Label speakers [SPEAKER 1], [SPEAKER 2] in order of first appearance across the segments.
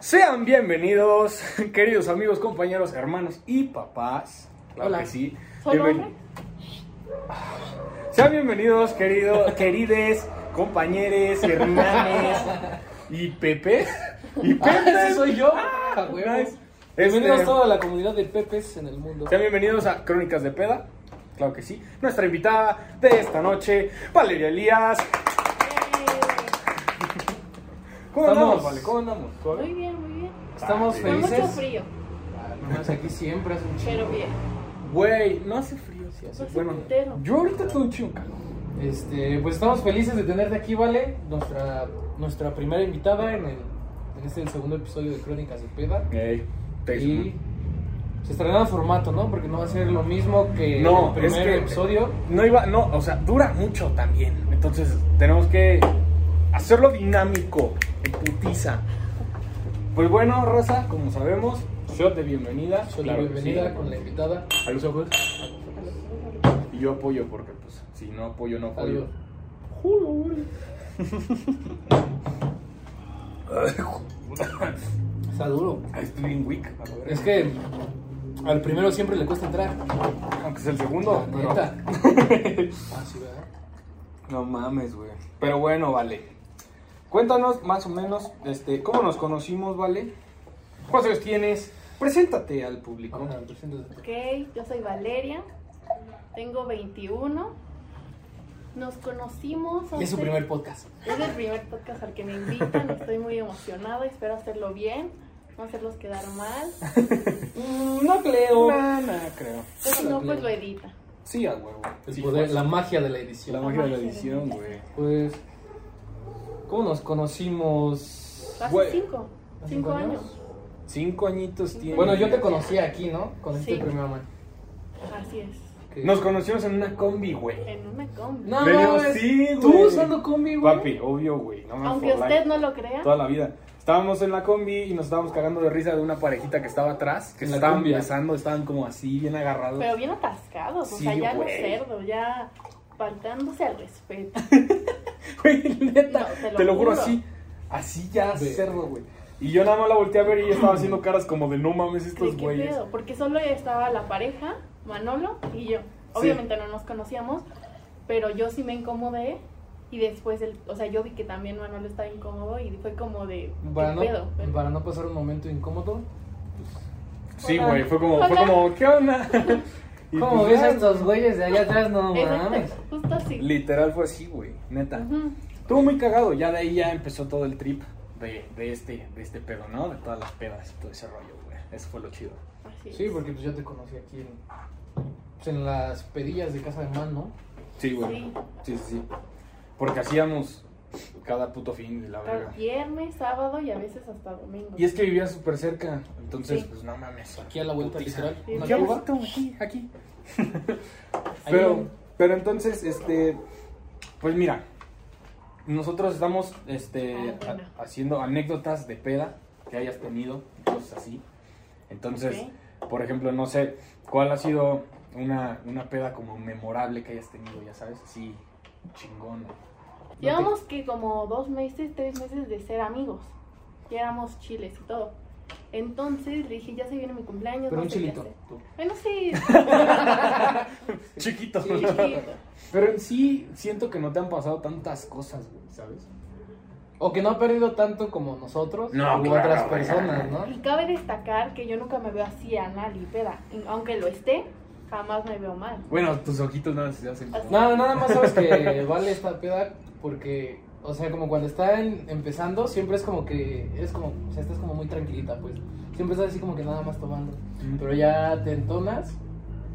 [SPEAKER 1] Sean bienvenidos, queridos amigos, compañeros, hermanos y papás. Claro
[SPEAKER 2] Hola.
[SPEAKER 1] que sí.
[SPEAKER 2] ¿Soy
[SPEAKER 1] Bienven-
[SPEAKER 2] hombre?
[SPEAKER 1] Sean bienvenidos, querido, querides, compañeros, hermanes y pepes. Y
[SPEAKER 3] Ah,
[SPEAKER 1] pepes.
[SPEAKER 3] ese soy yo. Ah, huevo.
[SPEAKER 1] Nice.
[SPEAKER 3] Bienvenidos
[SPEAKER 1] Este-
[SPEAKER 3] toda la comunidad de Pepes en el mundo.
[SPEAKER 1] Sean bienvenidos a Crónicas de Peda. Claro que sí. Nuestra invitada de esta noche, Valeria Elías.
[SPEAKER 2] Eh,
[SPEAKER 1] ¿Cómo andamos,
[SPEAKER 3] Estamos,
[SPEAKER 1] Vale?
[SPEAKER 3] ¿Cómo andamos?
[SPEAKER 2] Muy bien, muy bien.
[SPEAKER 3] Estamos
[SPEAKER 1] Vale.
[SPEAKER 2] Con mucho
[SPEAKER 3] felices.
[SPEAKER 2] frío,
[SPEAKER 3] Ah, nomás aquí siempre hace un
[SPEAKER 2] pero
[SPEAKER 3] chingo.
[SPEAKER 2] bien.
[SPEAKER 1] Güey, no hace frío.
[SPEAKER 3] Sí, hace
[SPEAKER 2] No sé,
[SPEAKER 1] Bueno,
[SPEAKER 2] puntero.
[SPEAKER 1] yo ahorita todo un chingo calor.
[SPEAKER 3] Este, pues estamos felices de tenerte aquí, Vale, nuestra, nuestra primera invitada en, el, en este el segundo episodio de Crónicas de Peda.
[SPEAKER 1] Ey, te-
[SPEAKER 3] Y se estrenará formato, ¿no? Porque no va a ser lo mismo que
[SPEAKER 1] No,
[SPEAKER 3] el primer
[SPEAKER 1] es que-
[SPEAKER 3] episodio.
[SPEAKER 1] No iba, no, o sea, dura mucho también. Entonces, tenemos que hacerlo dinámico, en putiza. Pues bueno, Rosa, como sabemos, shot de bienvenida.
[SPEAKER 3] Soy
[SPEAKER 1] claro
[SPEAKER 3] la
[SPEAKER 1] que
[SPEAKER 3] bienvenida
[SPEAKER 1] sí.
[SPEAKER 3] con la invitada.
[SPEAKER 1] A los ojos. Y yo apoyo porque, pues, si no apoyo, no apoyo.
[SPEAKER 3] Adiós. Está duro.
[SPEAKER 1] Estoy bien weak. a la verga.
[SPEAKER 3] Es que al primero siempre le cuesta entrar.
[SPEAKER 1] Aunque es el segundo. pero-
[SPEAKER 3] Neta. Ah, sí, ¿verdad?
[SPEAKER 1] No mames, güey. Pero bueno, vale. Cuéntanos más o menos, este, cómo nos conocimos, vale. ¿Cuántos años tienes? Preséntate al público.
[SPEAKER 3] Ajá, preséntate.
[SPEAKER 2] Ok, yo soy Valeria, tengo 21. Nos conocimos.
[SPEAKER 3] Y es su
[SPEAKER 2] hace-
[SPEAKER 3] primer podcast.
[SPEAKER 2] Es el primer podcast al que me invitan. Estoy muy emocionada, espero hacerlo bien, no hacerlos quedar mal.
[SPEAKER 3] No creo.
[SPEAKER 1] No, no, creo.
[SPEAKER 2] Pero no, pues lo edita.
[SPEAKER 1] Sí, a huevo.
[SPEAKER 3] El
[SPEAKER 1] Sí,
[SPEAKER 3] poder,
[SPEAKER 1] pues.
[SPEAKER 3] la magia de la edición.
[SPEAKER 1] La magia de la edición, güey.
[SPEAKER 3] Pues, ¿cómo nos conocimos?
[SPEAKER 2] Hace
[SPEAKER 1] Güey.
[SPEAKER 2] cinco,
[SPEAKER 3] ¿Hace
[SPEAKER 2] cinco
[SPEAKER 3] cinco
[SPEAKER 2] años.
[SPEAKER 1] Cinco añitos tiene.
[SPEAKER 3] Bueno, yo te conocí aquí, ¿no? Con este
[SPEAKER 2] Sí.
[SPEAKER 3] primer man.
[SPEAKER 2] Así es.
[SPEAKER 3] Que-
[SPEAKER 1] Nos conocimos en una combi, güey.
[SPEAKER 2] En una combi.
[SPEAKER 3] No,
[SPEAKER 1] Pero
[SPEAKER 3] mames,
[SPEAKER 1] sí, güey.
[SPEAKER 3] Tú usando combi, güey.
[SPEAKER 1] Papi, obvio, güey. No me
[SPEAKER 2] Aunque
[SPEAKER 1] for
[SPEAKER 2] usted
[SPEAKER 1] life.
[SPEAKER 2] no lo crea,
[SPEAKER 1] Toda la vida. Estábamos en la combi y nos estábamos cagando de risa de una parejita que estaba atrás, que
[SPEAKER 3] En
[SPEAKER 1] se
[SPEAKER 3] la
[SPEAKER 1] estaban
[SPEAKER 3] combi.
[SPEAKER 1] besando, estaban como así, bien agarrados.
[SPEAKER 2] pero bien atascados, o
[SPEAKER 1] Sí,
[SPEAKER 2] sea, ya los
[SPEAKER 1] güey.
[SPEAKER 2] cerdos, ya faltándose al respeto.
[SPEAKER 1] Güey, neta,
[SPEAKER 2] No,
[SPEAKER 1] te, lo juro, así, así ya
[SPEAKER 3] Ve.
[SPEAKER 1] cerdo, güey. Y yo nada más la volteé a ver y ella estaba haciendo caras como de no mames estos
[SPEAKER 2] ¿De qué
[SPEAKER 1] güeyes.
[SPEAKER 2] pedo? Porque solo estaba la pareja, Manolo y yo. Obviamente no nos conocíamos, pero yo sí me incomodé. Y después, el, o sea, yo vi que también Manolo estaba incómodo y fue como de.
[SPEAKER 3] Para
[SPEAKER 2] ¿Qué
[SPEAKER 3] no,
[SPEAKER 2] pedo?
[SPEAKER 3] para no pasar un momento incómodo.
[SPEAKER 1] Sí,
[SPEAKER 2] Hola.
[SPEAKER 1] güey, fue como, fue
[SPEAKER 2] Hola.
[SPEAKER 1] como, ¿qué onda? Y
[SPEAKER 3] ¿Cómo
[SPEAKER 1] pues,
[SPEAKER 3] ves
[SPEAKER 1] ya,
[SPEAKER 3] a estos güeyes de allá atrás? No
[SPEAKER 2] Exacto,
[SPEAKER 3] mames.
[SPEAKER 2] justo así.
[SPEAKER 1] Literal fue así, güey, neta.
[SPEAKER 2] Ujú.
[SPEAKER 1] Estuvo muy cagado, ya de ahí ya empezó todo el trip de, de este, de este pedo, ¿no? De todas las pedas y todo ese rollo, güey. Eso fue lo chido.
[SPEAKER 2] Así es.
[SPEAKER 3] Sí, porque pues yo te conocí aquí en, pues, en las pedillas de casa de man, ¿no?
[SPEAKER 1] Sí,
[SPEAKER 2] güey.
[SPEAKER 1] Sí, sí, sí. Porque hacíamos cada puto fin de la
[SPEAKER 2] Pero
[SPEAKER 1] verga.
[SPEAKER 2] viernes, sábado y a veces hasta domingo.
[SPEAKER 1] Y es que vivía súper cerca, entonces,
[SPEAKER 2] Sí.
[SPEAKER 1] pues no mames.
[SPEAKER 3] Aquí a la vuelta
[SPEAKER 1] Putiza.
[SPEAKER 3] literal.
[SPEAKER 2] Sí,
[SPEAKER 3] Una
[SPEAKER 1] Aquí
[SPEAKER 2] ¿Qué
[SPEAKER 3] curva.
[SPEAKER 1] abajito, aquí, aquí.
[SPEAKER 3] Ahí
[SPEAKER 1] Pero,
[SPEAKER 3] en-
[SPEAKER 1] pero entonces, este, pues mira, nosotros estamos este,
[SPEAKER 2] Ah, bueno.
[SPEAKER 1] ha- haciendo anécdotas de peda que hayas tenido, y cosas así. Entonces, por ejemplo, no sé, ¿cuál ha sido una, una peda como memorable que hayas tenido, ya sabes? Así, chingón.
[SPEAKER 2] Ok. Llevamos que como dos meses, tres meses de ser amigos. Ya éramos chiles y todo. Entonces le dije, ya se viene mi cumpleaños.
[SPEAKER 3] Pero
[SPEAKER 2] no
[SPEAKER 3] un
[SPEAKER 2] sé qué
[SPEAKER 3] chilito.
[SPEAKER 2] hacer.
[SPEAKER 3] tú.
[SPEAKER 2] Bueno, sí.
[SPEAKER 1] Chiquito.
[SPEAKER 2] Chiquito.
[SPEAKER 1] Pero en sí, siento que no te han pasado tantas cosas, güey, ¿sabes?
[SPEAKER 3] O que no ha perdido tanto como nosotros
[SPEAKER 1] No,
[SPEAKER 3] u
[SPEAKER 1] claro,
[SPEAKER 3] otras
[SPEAKER 1] güey.
[SPEAKER 3] personas, ¿no?
[SPEAKER 2] Y cabe destacar que yo nunca me veo así a nadie, peda. Y Aunque lo esté, jamás me veo mal.
[SPEAKER 1] Bueno, tus ojitos nada más se hacen como-
[SPEAKER 3] Nada, nada más sabes que vale esta peda porque, o sea, como cuando está en- empezando, siempre es como que, es como, o sea, estás como muy tranquilita, pues. Siempre estás así como que nada más tomando. Pero ya te entonas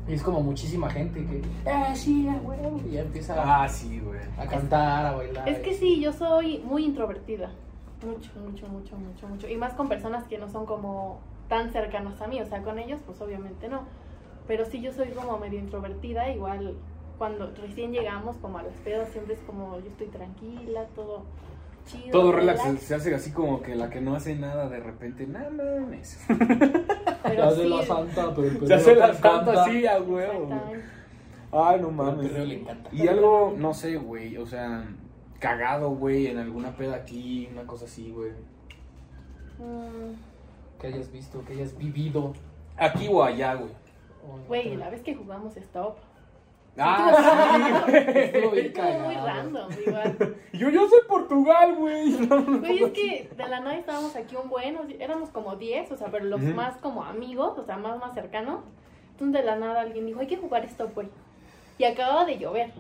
[SPEAKER 3] y es como muchísima gente que, ah, sí, ah, huevo", Y ya empieza a,
[SPEAKER 1] Ah, sí, güey.
[SPEAKER 3] a cantar, a bailar.
[SPEAKER 2] Es que sí, yo soy muy introvertida. Mucho, mucho, mucho, mucho, mucho. Y más con personas que no son como tan cercanas a mí. O sea, con ellos, pues obviamente no. Pero sí, yo soy como medio introvertida. Igual, cuando recién llegamos, como a las pedas, siempre es como yo estoy tranquila, todo chido.
[SPEAKER 1] Todo relax, se- se hace así como que la que no hace nada de repente, nada mames.
[SPEAKER 2] Pero sí,
[SPEAKER 3] santa, pero el
[SPEAKER 1] Se hace
[SPEAKER 3] perreo
[SPEAKER 1] la
[SPEAKER 3] le encanta.
[SPEAKER 1] santa así a huevo. güey.
[SPEAKER 2] exactamente.
[SPEAKER 1] Ay, no
[SPEAKER 3] Pero el
[SPEAKER 1] mames.
[SPEAKER 3] perreo le encanta.
[SPEAKER 1] Y algo, no sé, güey, o sea, cagado, güey, en alguna peda aquí, una cosa así, güey.
[SPEAKER 2] Mm,
[SPEAKER 3] que hayas visto, que hayas vivido.
[SPEAKER 1] Aquí o allá, güey.
[SPEAKER 3] o en
[SPEAKER 2] Güey,
[SPEAKER 3] otro-
[SPEAKER 2] la vez que jugamos stop.
[SPEAKER 1] Ah, sí, güey.
[SPEAKER 3] Estuvo bien
[SPEAKER 2] Estuvo muy
[SPEAKER 3] cagado.
[SPEAKER 2] random, igual.
[SPEAKER 1] Yo, yo soy Portugal, güey.
[SPEAKER 2] Güey, es que de la nada estábamos aquí un buen, o sea, éramos como 10, o sea, pero los
[SPEAKER 1] Ujú.
[SPEAKER 2] más como amigos, o sea, más más cercanos. Entonces de la nada alguien dijo, hay que jugar stop, güey. Y acababa de llover.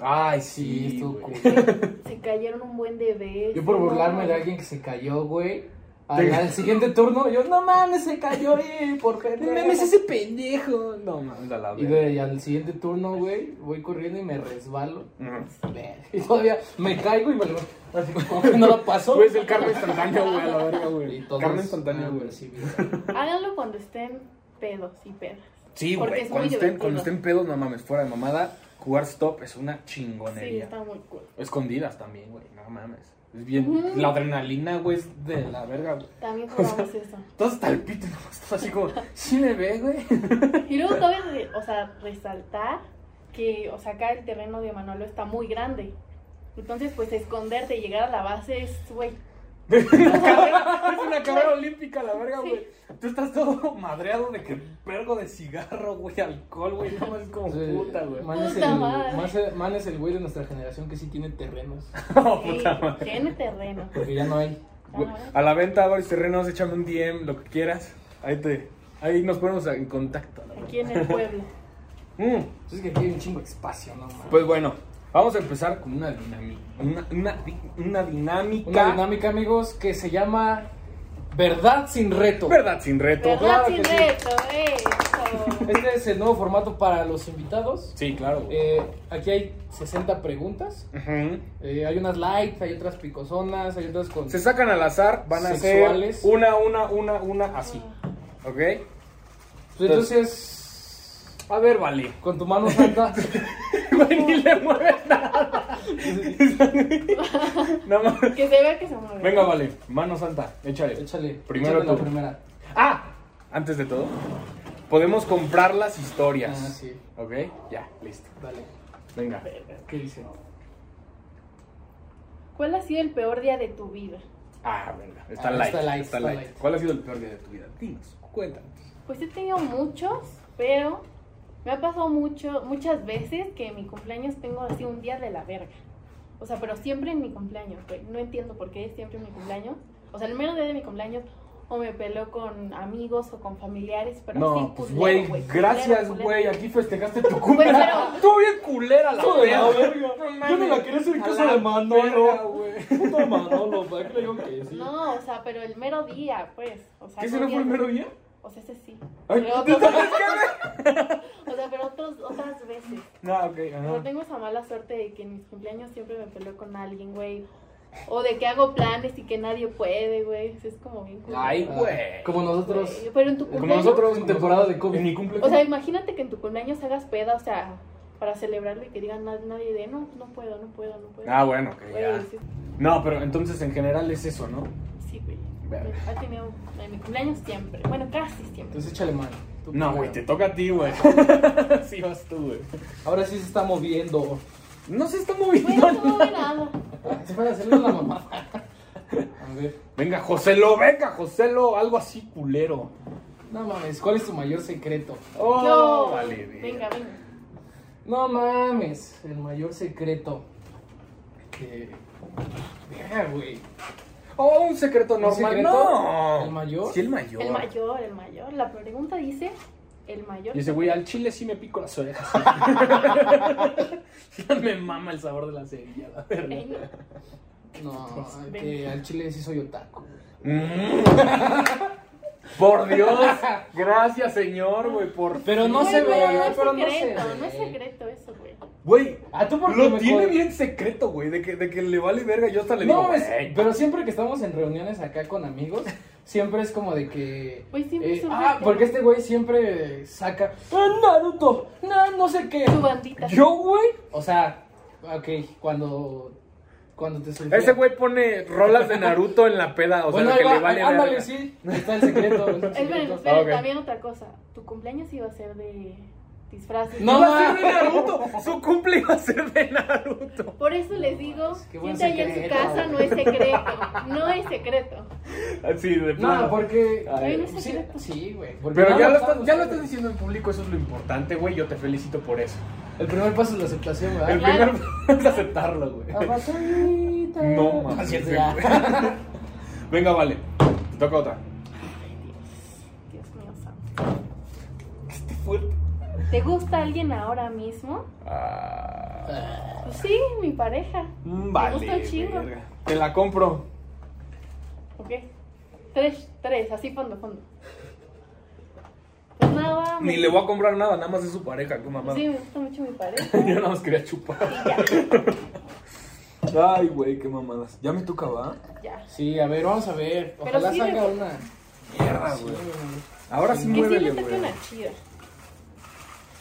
[SPEAKER 1] Ay,
[SPEAKER 3] Sí,
[SPEAKER 1] sí,
[SPEAKER 3] estuvo
[SPEAKER 1] güey.
[SPEAKER 3] cool.
[SPEAKER 2] Se cayeron un buen de veces.
[SPEAKER 3] Yo por
[SPEAKER 2] ¿no?
[SPEAKER 3] burlarme de alguien que se cayó, güey. Al,
[SPEAKER 1] Te-
[SPEAKER 3] al siguiente turno, yo, no mames, se cayó, eh, por
[SPEAKER 1] No
[SPEAKER 3] pendejo.
[SPEAKER 1] mames, ese pendejo. No mames, a la
[SPEAKER 3] Y,
[SPEAKER 1] verga.
[SPEAKER 3] güey, y al siguiente turno, güey, voy corriendo y me resbalo.
[SPEAKER 1] Ujú.
[SPEAKER 3] Ver, Y todavía me caigo y me lo... Así como que no lo pasó.
[SPEAKER 1] Güey, es el carne instantáneo, güey, a la verga,
[SPEAKER 3] Y
[SPEAKER 1] güey.
[SPEAKER 3] todos-
[SPEAKER 1] Carne instantánea,
[SPEAKER 3] ah,
[SPEAKER 1] güey.
[SPEAKER 3] sí,
[SPEAKER 2] Háganlo cuando estén pedos y pedas.
[SPEAKER 1] Sí,
[SPEAKER 2] Porque
[SPEAKER 1] güey.
[SPEAKER 2] es
[SPEAKER 1] Cuando
[SPEAKER 2] muy
[SPEAKER 1] estén, cuando
[SPEAKER 2] divertido.
[SPEAKER 1] estén pedos, no mames, fuera de mamada, jugar stop es una
[SPEAKER 2] Sí,
[SPEAKER 1] chingonería.
[SPEAKER 2] está muy cool.
[SPEAKER 1] Escondidas también, güey, no mames. Es bien.
[SPEAKER 2] Ujú.
[SPEAKER 1] La adrenalina, güey, es de la verga, güey.
[SPEAKER 2] También jugamos eso.
[SPEAKER 1] Estás hasta el pito, ¿no? estás así como, sí me ve, güey.
[SPEAKER 2] Y luego cabe, re- o sea, resaltar que, o sea, acá el terreno de Manolo está muy grande. Entonces, pues esconderte y llegar a la base es, güey.
[SPEAKER 1] es una carrera olímpica, la verga,
[SPEAKER 2] Sí.
[SPEAKER 1] güey. Tú estás todo madreado de que vergo de cigarro, güey, alcohol, güey. No mames, es como puta, güey.
[SPEAKER 3] Man es,
[SPEAKER 2] Puta
[SPEAKER 3] el,
[SPEAKER 2] madre.
[SPEAKER 3] man es- man es el güey de nuestra generación que sí tiene terrenos.
[SPEAKER 1] No,
[SPEAKER 2] Sí,
[SPEAKER 1] puta madre.
[SPEAKER 2] tiene terreno.
[SPEAKER 3] Porque ya no hay.
[SPEAKER 1] Güey, A la venta, varios terrenos, échame un DM, lo que quieras. Ahí te. Ahí nos ponemos en contacto. la verdad.
[SPEAKER 2] Aquí en el pueblo.
[SPEAKER 1] Mm,
[SPEAKER 3] Es que aquí hay un chingo de espacio, no mames.
[SPEAKER 1] Pues bueno, vamos a empezar con una dinámica. Una, una di- una dinámica.
[SPEAKER 3] Una dinámica, amigos, que se llama Verdad sin reto.
[SPEAKER 1] Verdad sin reto.
[SPEAKER 2] ¿Verdad,
[SPEAKER 3] claro
[SPEAKER 2] sin
[SPEAKER 3] que sí.
[SPEAKER 2] reto? Eso.
[SPEAKER 3] Este es el nuevo formato para los invitados.
[SPEAKER 1] Sí, claro. güey.
[SPEAKER 3] Eh, aquí hay 60 preguntas.
[SPEAKER 1] Ujú.
[SPEAKER 3] Eh, hay unas light, hay otras picosonas, hay otras con...
[SPEAKER 1] Se sacan al azar, van a
[SPEAKER 3] Sexuales.
[SPEAKER 1] ser una, una, una, una, así. ¿Ok?
[SPEAKER 3] Pues Entonces,
[SPEAKER 1] A ver, vale.
[SPEAKER 3] con tu mano santa...
[SPEAKER 1] Güey, ni le mueves nada. No mames.
[SPEAKER 2] Que se vea que se mueve.
[SPEAKER 1] Venga, vale. Mano santa, échale.
[SPEAKER 3] Échale.
[SPEAKER 1] Primero
[SPEAKER 3] échale
[SPEAKER 1] tú.
[SPEAKER 3] la primera.
[SPEAKER 1] Ah, antes de todo, podemos comprar las
[SPEAKER 3] Ah,
[SPEAKER 1] historias.
[SPEAKER 3] sí.
[SPEAKER 1] Ok, ya, listo.
[SPEAKER 3] Dale.
[SPEAKER 1] Venga.
[SPEAKER 3] ¿Qué dice?
[SPEAKER 2] ¿Cuál ha sido el peor día de tu vida?
[SPEAKER 1] Ah, venga. Está
[SPEAKER 3] Ah,
[SPEAKER 1] light.
[SPEAKER 3] está light,
[SPEAKER 1] está
[SPEAKER 3] está
[SPEAKER 1] light.
[SPEAKER 3] light.
[SPEAKER 1] ¿Cuál ha sido el peor día de tu vida? Dinos, cuéntanos.
[SPEAKER 2] Pues he tenido muchos, pero me ha pasado mucho, muchas veces que en mi cumpleaños tengo así un día de la verga. O sea, pero siempre en mi cumpleaños, güey. No entiendo por qué es siempre en mi cumpleaños. O sea, el mero día de mi cumpleaños o me peleo con amigos o con familiares, pero así
[SPEAKER 1] no, pues,
[SPEAKER 2] culero,
[SPEAKER 1] güey,
[SPEAKER 2] culero,
[SPEAKER 1] gracias,
[SPEAKER 2] culero.
[SPEAKER 1] güey. Aquí festejaste tu culera.
[SPEAKER 2] pero-
[SPEAKER 1] Tú bien culera la
[SPEAKER 3] Hijo de la
[SPEAKER 1] verga.
[SPEAKER 3] verga.
[SPEAKER 1] No mames.
[SPEAKER 3] Yo ni la quería hacer en
[SPEAKER 1] A
[SPEAKER 3] casa
[SPEAKER 1] la
[SPEAKER 3] de
[SPEAKER 1] verga,
[SPEAKER 3] Manolo.
[SPEAKER 1] güey.
[SPEAKER 3] Puto Manolo, ¿para qué le digo que sí?
[SPEAKER 2] No, o sea, pero el mero día, pues. O sea,
[SPEAKER 1] ¿Qué ese no fue el mero día?
[SPEAKER 2] O sea, ese sí.
[SPEAKER 1] Ay,
[SPEAKER 2] Pero
[SPEAKER 1] ¿tú
[SPEAKER 2] otro-
[SPEAKER 1] sabes qué?
[SPEAKER 2] o sea, pero otros, otras veces.
[SPEAKER 1] No, ok.
[SPEAKER 2] Pero
[SPEAKER 1] ajá.
[SPEAKER 2] tengo esa mala suerte de que en mis cumpleaños siempre me peleo con alguien, güey. O de que hago planes y que nadie puede, güey. Eso Es como bien culero,
[SPEAKER 1] Ay,
[SPEAKER 3] Ah,
[SPEAKER 1] güey.
[SPEAKER 3] Como nosotros.
[SPEAKER 2] güey. Pero en tu
[SPEAKER 3] Como
[SPEAKER 1] Como
[SPEAKER 2] cumpleaños.
[SPEAKER 1] nosotros
[SPEAKER 3] En temporada de COVID.
[SPEAKER 1] En mi cumple.
[SPEAKER 2] O sea, imagínate que en tu cumpleaños hagas peda, o sea, para celebrarlo y que digan na- nadie de no, no puedo, no puedo, no puedo.
[SPEAKER 1] ah, bueno, que
[SPEAKER 2] güey.
[SPEAKER 1] ya.
[SPEAKER 2] sí,
[SPEAKER 1] No, pero entonces en general es eso, ¿no?
[SPEAKER 2] Sí, güey.
[SPEAKER 1] Verga.
[SPEAKER 2] Ha tenido. En mi cumpleaños siempre. Bueno, casi siempre.
[SPEAKER 3] Entonces échale mano. Tú
[SPEAKER 1] No,
[SPEAKER 3] primero.
[SPEAKER 1] güey, te toca a ti, güey. sí vas tú, güey.
[SPEAKER 3] Ahora sí se está moviendo.
[SPEAKER 1] No se está
[SPEAKER 2] Güey,
[SPEAKER 1] moviendo.
[SPEAKER 2] no tuvo nada.
[SPEAKER 3] Se puede hacerle la mamá. A ver.
[SPEAKER 1] Venga, Joselo, venga, Joselo, algo así culero.
[SPEAKER 3] No mames, ¿cuál es tu mayor secreto?
[SPEAKER 1] Oh,
[SPEAKER 2] No.
[SPEAKER 1] vale.
[SPEAKER 2] Venga, venga.
[SPEAKER 3] No mames, el mayor secreto. Que. Verga, güey.
[SPEAKER 1] Oh, un secreto normal.
[SPEAKER 3] secreto?
[SPEAKER 1] No.
[SPEAKER 3] ¿El mayor?
[SPEAKER 1] Sí, el mayor.
[SPEAKER 2] El mayor, el mayor. La pregunta dice: el mayor.
[SPEAKER 1] Y ese güey, al chile sí me pico las orejas. me mama el sabor de la cerilla, la verdad.
[SPEAKER 2] Ey, no.
[SPEAKER 3] No,
[SPEAKER 2] Pues, Ven.
[SPEAKER 3] que al chile sí soy otaku. güey.
[SPEAKER 1] Mm. Por Dios, gracias señor, güey, por
[SPEAKER 3] Pero no
[SPEAKER 2] Güey,
[SPEAKER 3] se
[SPEAKER 2] pero
[SPEAKER 3] ve,
[SPEAKER 2] no es
[SPEAKER 3] pero no se
[SPEAKER 2] secreto,
[SPEAKER 3] ve.
[SPEAKER 2] no es secreto eso, güey.
[SPEAKER 1] Güey,
[SPEAKER 3] Ah, tú porque
[SPEAKER 1] lo
[SPEAKER 3] me
[SPEAKER 1] tiene
[SPEAKER 3] co-
[SPEAKER 1] bien secreto, güey, de que, de que le vale verga. Yo hasta le digo,
[SPEAKER 3] No, es-
[SPEAKER 1] "Güey".
[SPEAKER 3] pero siempre que estamos en reuniones acá con amigos, siempre es como de que.
[SPEAKER 2] Güey, siempre surge el
[SPEAKER 3] ah,
[SPEAKER 2] tema.
[SPEAKER 3] porque este güey siempre saca. ¡Ah, Naruto! ¡Ah, no sé qué!
[SPEAKER 2] Tu bandita.
[SPEAKER 3] Yo, güey. O sea, ok, cuando. Cuando te surgió.
[SPEAKER 1] Ese güey pone rolas de Naruto en la peda, o
[SPEAKER 3] bueno,
[SPEAKER 1] sea, de
[SPEAKER 3] ahí
[SPEAKER 1] que le
[SPEAKER 3] va,
[SPEAKER 1] vale
[SPEAKER 3] ándale,
[SPEAKER 1] verga.
[SPEAKER 3] sí. Está el secreto. está el
[SPEAKER 2] Esperen,
[SPEAKER 3] secreto.
[SPEAKER 2] esperen,
[SPEAKER 1] Ah, ok.
[SPEAKER 2] también otra cosa. Tu cumpleaños iba a ser de disfraces.
[SPEAKER 3] No,
[SPEAKER 1] ¡Va
[SPEAKER 2] Igual-
[SPEAKER 1] a ser de Naruto! ¡Su cumple va a ser de Naruto!
[SPEAKER 2] Por eso les digo,
[SPEAKER 3] qué buen
[SPEAKER 2] siente ahí en su
[SPEAKER 3] secreto.
[SPEAKER 2] casa, no es secreto. No es secreto.
[SPEAKER 1] Así de
[SPEAKER 3] No,
[SPEAKER 1] plano.
[SPEAKER 3] porque.
[SPEAKER 1] Ay,
[SPEAKER 2] no es
[SPEAKER 3] Sí,
[SPEAKER 2] secreto.
[SPEAKER 3] sí, güey. porque
[SPEAKER 1] Pero
[SPEAKER 3] no
[SPEAKER 1] ya lo,
[SPEAKER 3] están
[SPEAKER 1] estás, ya lo estás
[SPEAKER 3] buscando.
[SPEAKER 1] diciendo en público, eso es lo importante, güey. Yo te felicito por eso.
[SPEAKER 3] El primer paso es la aceptación,
[SPEAKER 1] El
[SPEAKER 3] ¿verdad?
[SPEAKER 2] Claro.
[SPEAKER 1] primer paso es aceptarlo, güey.
[SPEAKER 3] Aguantadita.
[SPEAKER 1] No mames,
[SPEAKER 3] Así es,
[SPEAKER 1] güey.
[SPEAKER 3] ya.
[SPEAKER 1] Venga, vale. Te toca otra.
[SPEAKER 2] Ay, Dios. Dios mío, santo. Este
[SPEAKER 1] Qué fuerte.
[SPEAKER 2] ¿Te gusta alguien ahora mismo?
[SPEAKER 1] Ah,
[SPEAKER 2] Pues sí, mi pareja.
[SPEAKER 1] mm, vale.
[SPEAKER 2] gusta un chingo.
[SPEAKER 1] verga. Te la compro.
[SPEAKER 2] Ok. Tres, tres, así fondo, fondo. Pues nada,
[SPEAKER 1] Ni
[SPEAKER 2] me-
[SPEAKER 1] le voy a comprar nada, nada más es su pareja, qué mamada.
[SPEAKER 2] Sí, me gusta mucho mi pareja.
[SPEAKER 1] Yo nada más quería chupar.
[SPEAKER 2] Y ya,
[SPEAKER 1] Ay, güey, qué mamadas. Ya me toca, ¿va?
[SPEAKER 2] ya.
[SPEAKER 3] Sí, a ver, vamos a ver.
[SPEAKER 2] Pero
[SPEAKER 3] Ojalá
[SPEAKER 2] sí
[SPEAKER 3] salga
[SPEAKER 2] me-
[SPEAKER 3] una.
[SPEAKER 1] Mierda,
[SPEAKER 3] Sí,
[SPEAKER 1] Ah, güey.
[SPEAKER 3] güey.
[SPEAKER 1] Ahora sí
[SPEAKER 2] Que sí,
[SPEAKER 1] muévele,
[SPEAKER 2] le saque
[SPEAKER 1] güey.
[SPEAKER 2] una chida.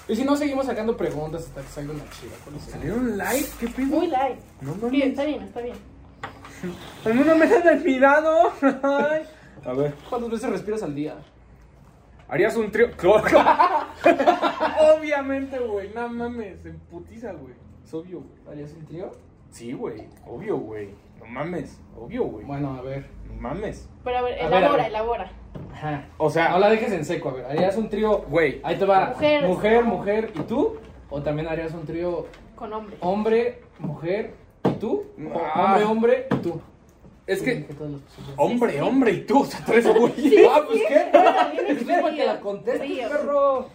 [SPEAKER 3] Y si no, seguimos sacando preguntas hasta que salga una chida. por eso.
[SPEAKER 1] ¿Salieron live? ¿Qué pedo?
[SPEAKER 2] Muy light.
[SPEAKER 1] No
[SPEAKER 2] Sí,
[SPEAKER 1] mames.
[SPEAKER 2] está bien, está bien.
[SPEAKER 1] ¡Alguno me ha terminado! Ay. A ver.
[SPEAKER 3] ¿Cuántas veces respiras al día?
[SPEAKER 1] ¿Harías un trío? Claro. Obviamente, güey. No mames. En putiza, güey. Es obvio, güey.
[SPEAKER 3] ¿Harías un trío?
[SPEAKER 1] Sí, güey. Obvio, güey. No mames. Obvio, güey. No
[SPEAKER 3] Bueno, a ver.
[SPEAKER 1] mames.
[SPEAKER 2] Pero a ver,
[SPEAKER 3] A ver, a
[SPEAKER 2] elabora,
[SPEAKER 3] ver.
[SPEAKER 2] elabora.
[SPEAKER 3] Ajá.
[SPEAKER 1] O sea,
[SPEAKER 3] No la dejes en seco, a ver. ¿Harías un trío?
[SPEAKER 1] güey.
[SPEAKER 3] Ahí te va.
[SPEAKER 2] Mujeres.
[SPEAKER 3] Mujer, mujer y tú. ¿O también harías un trío
[SPEAKER 2] Con hombre.
[SPEAKER 1] Oh,
[SPEAKER 3] hombre, mujer y tú? ¿O
[SPEAKER 1] Ah.
[SPEAKER 3] hombre, hombre y tú?
[SPEAKER 1] Es que.
[SPEAKER 3] Dije todas las posibilidades.
[SPEAKER 1] Hombre, hombre, y tú. O sea, tú eres güey.
[SPEAKER 3] ah, pues qué.
[SPEAKER 2] Ahora viene el
[SPEAKER 3] Espera que
[SPEAKER 2] frío.
[SPEAKER 3] la contestes,
[SPEAKER 2] Frío.
[SPEAKER 3] perro.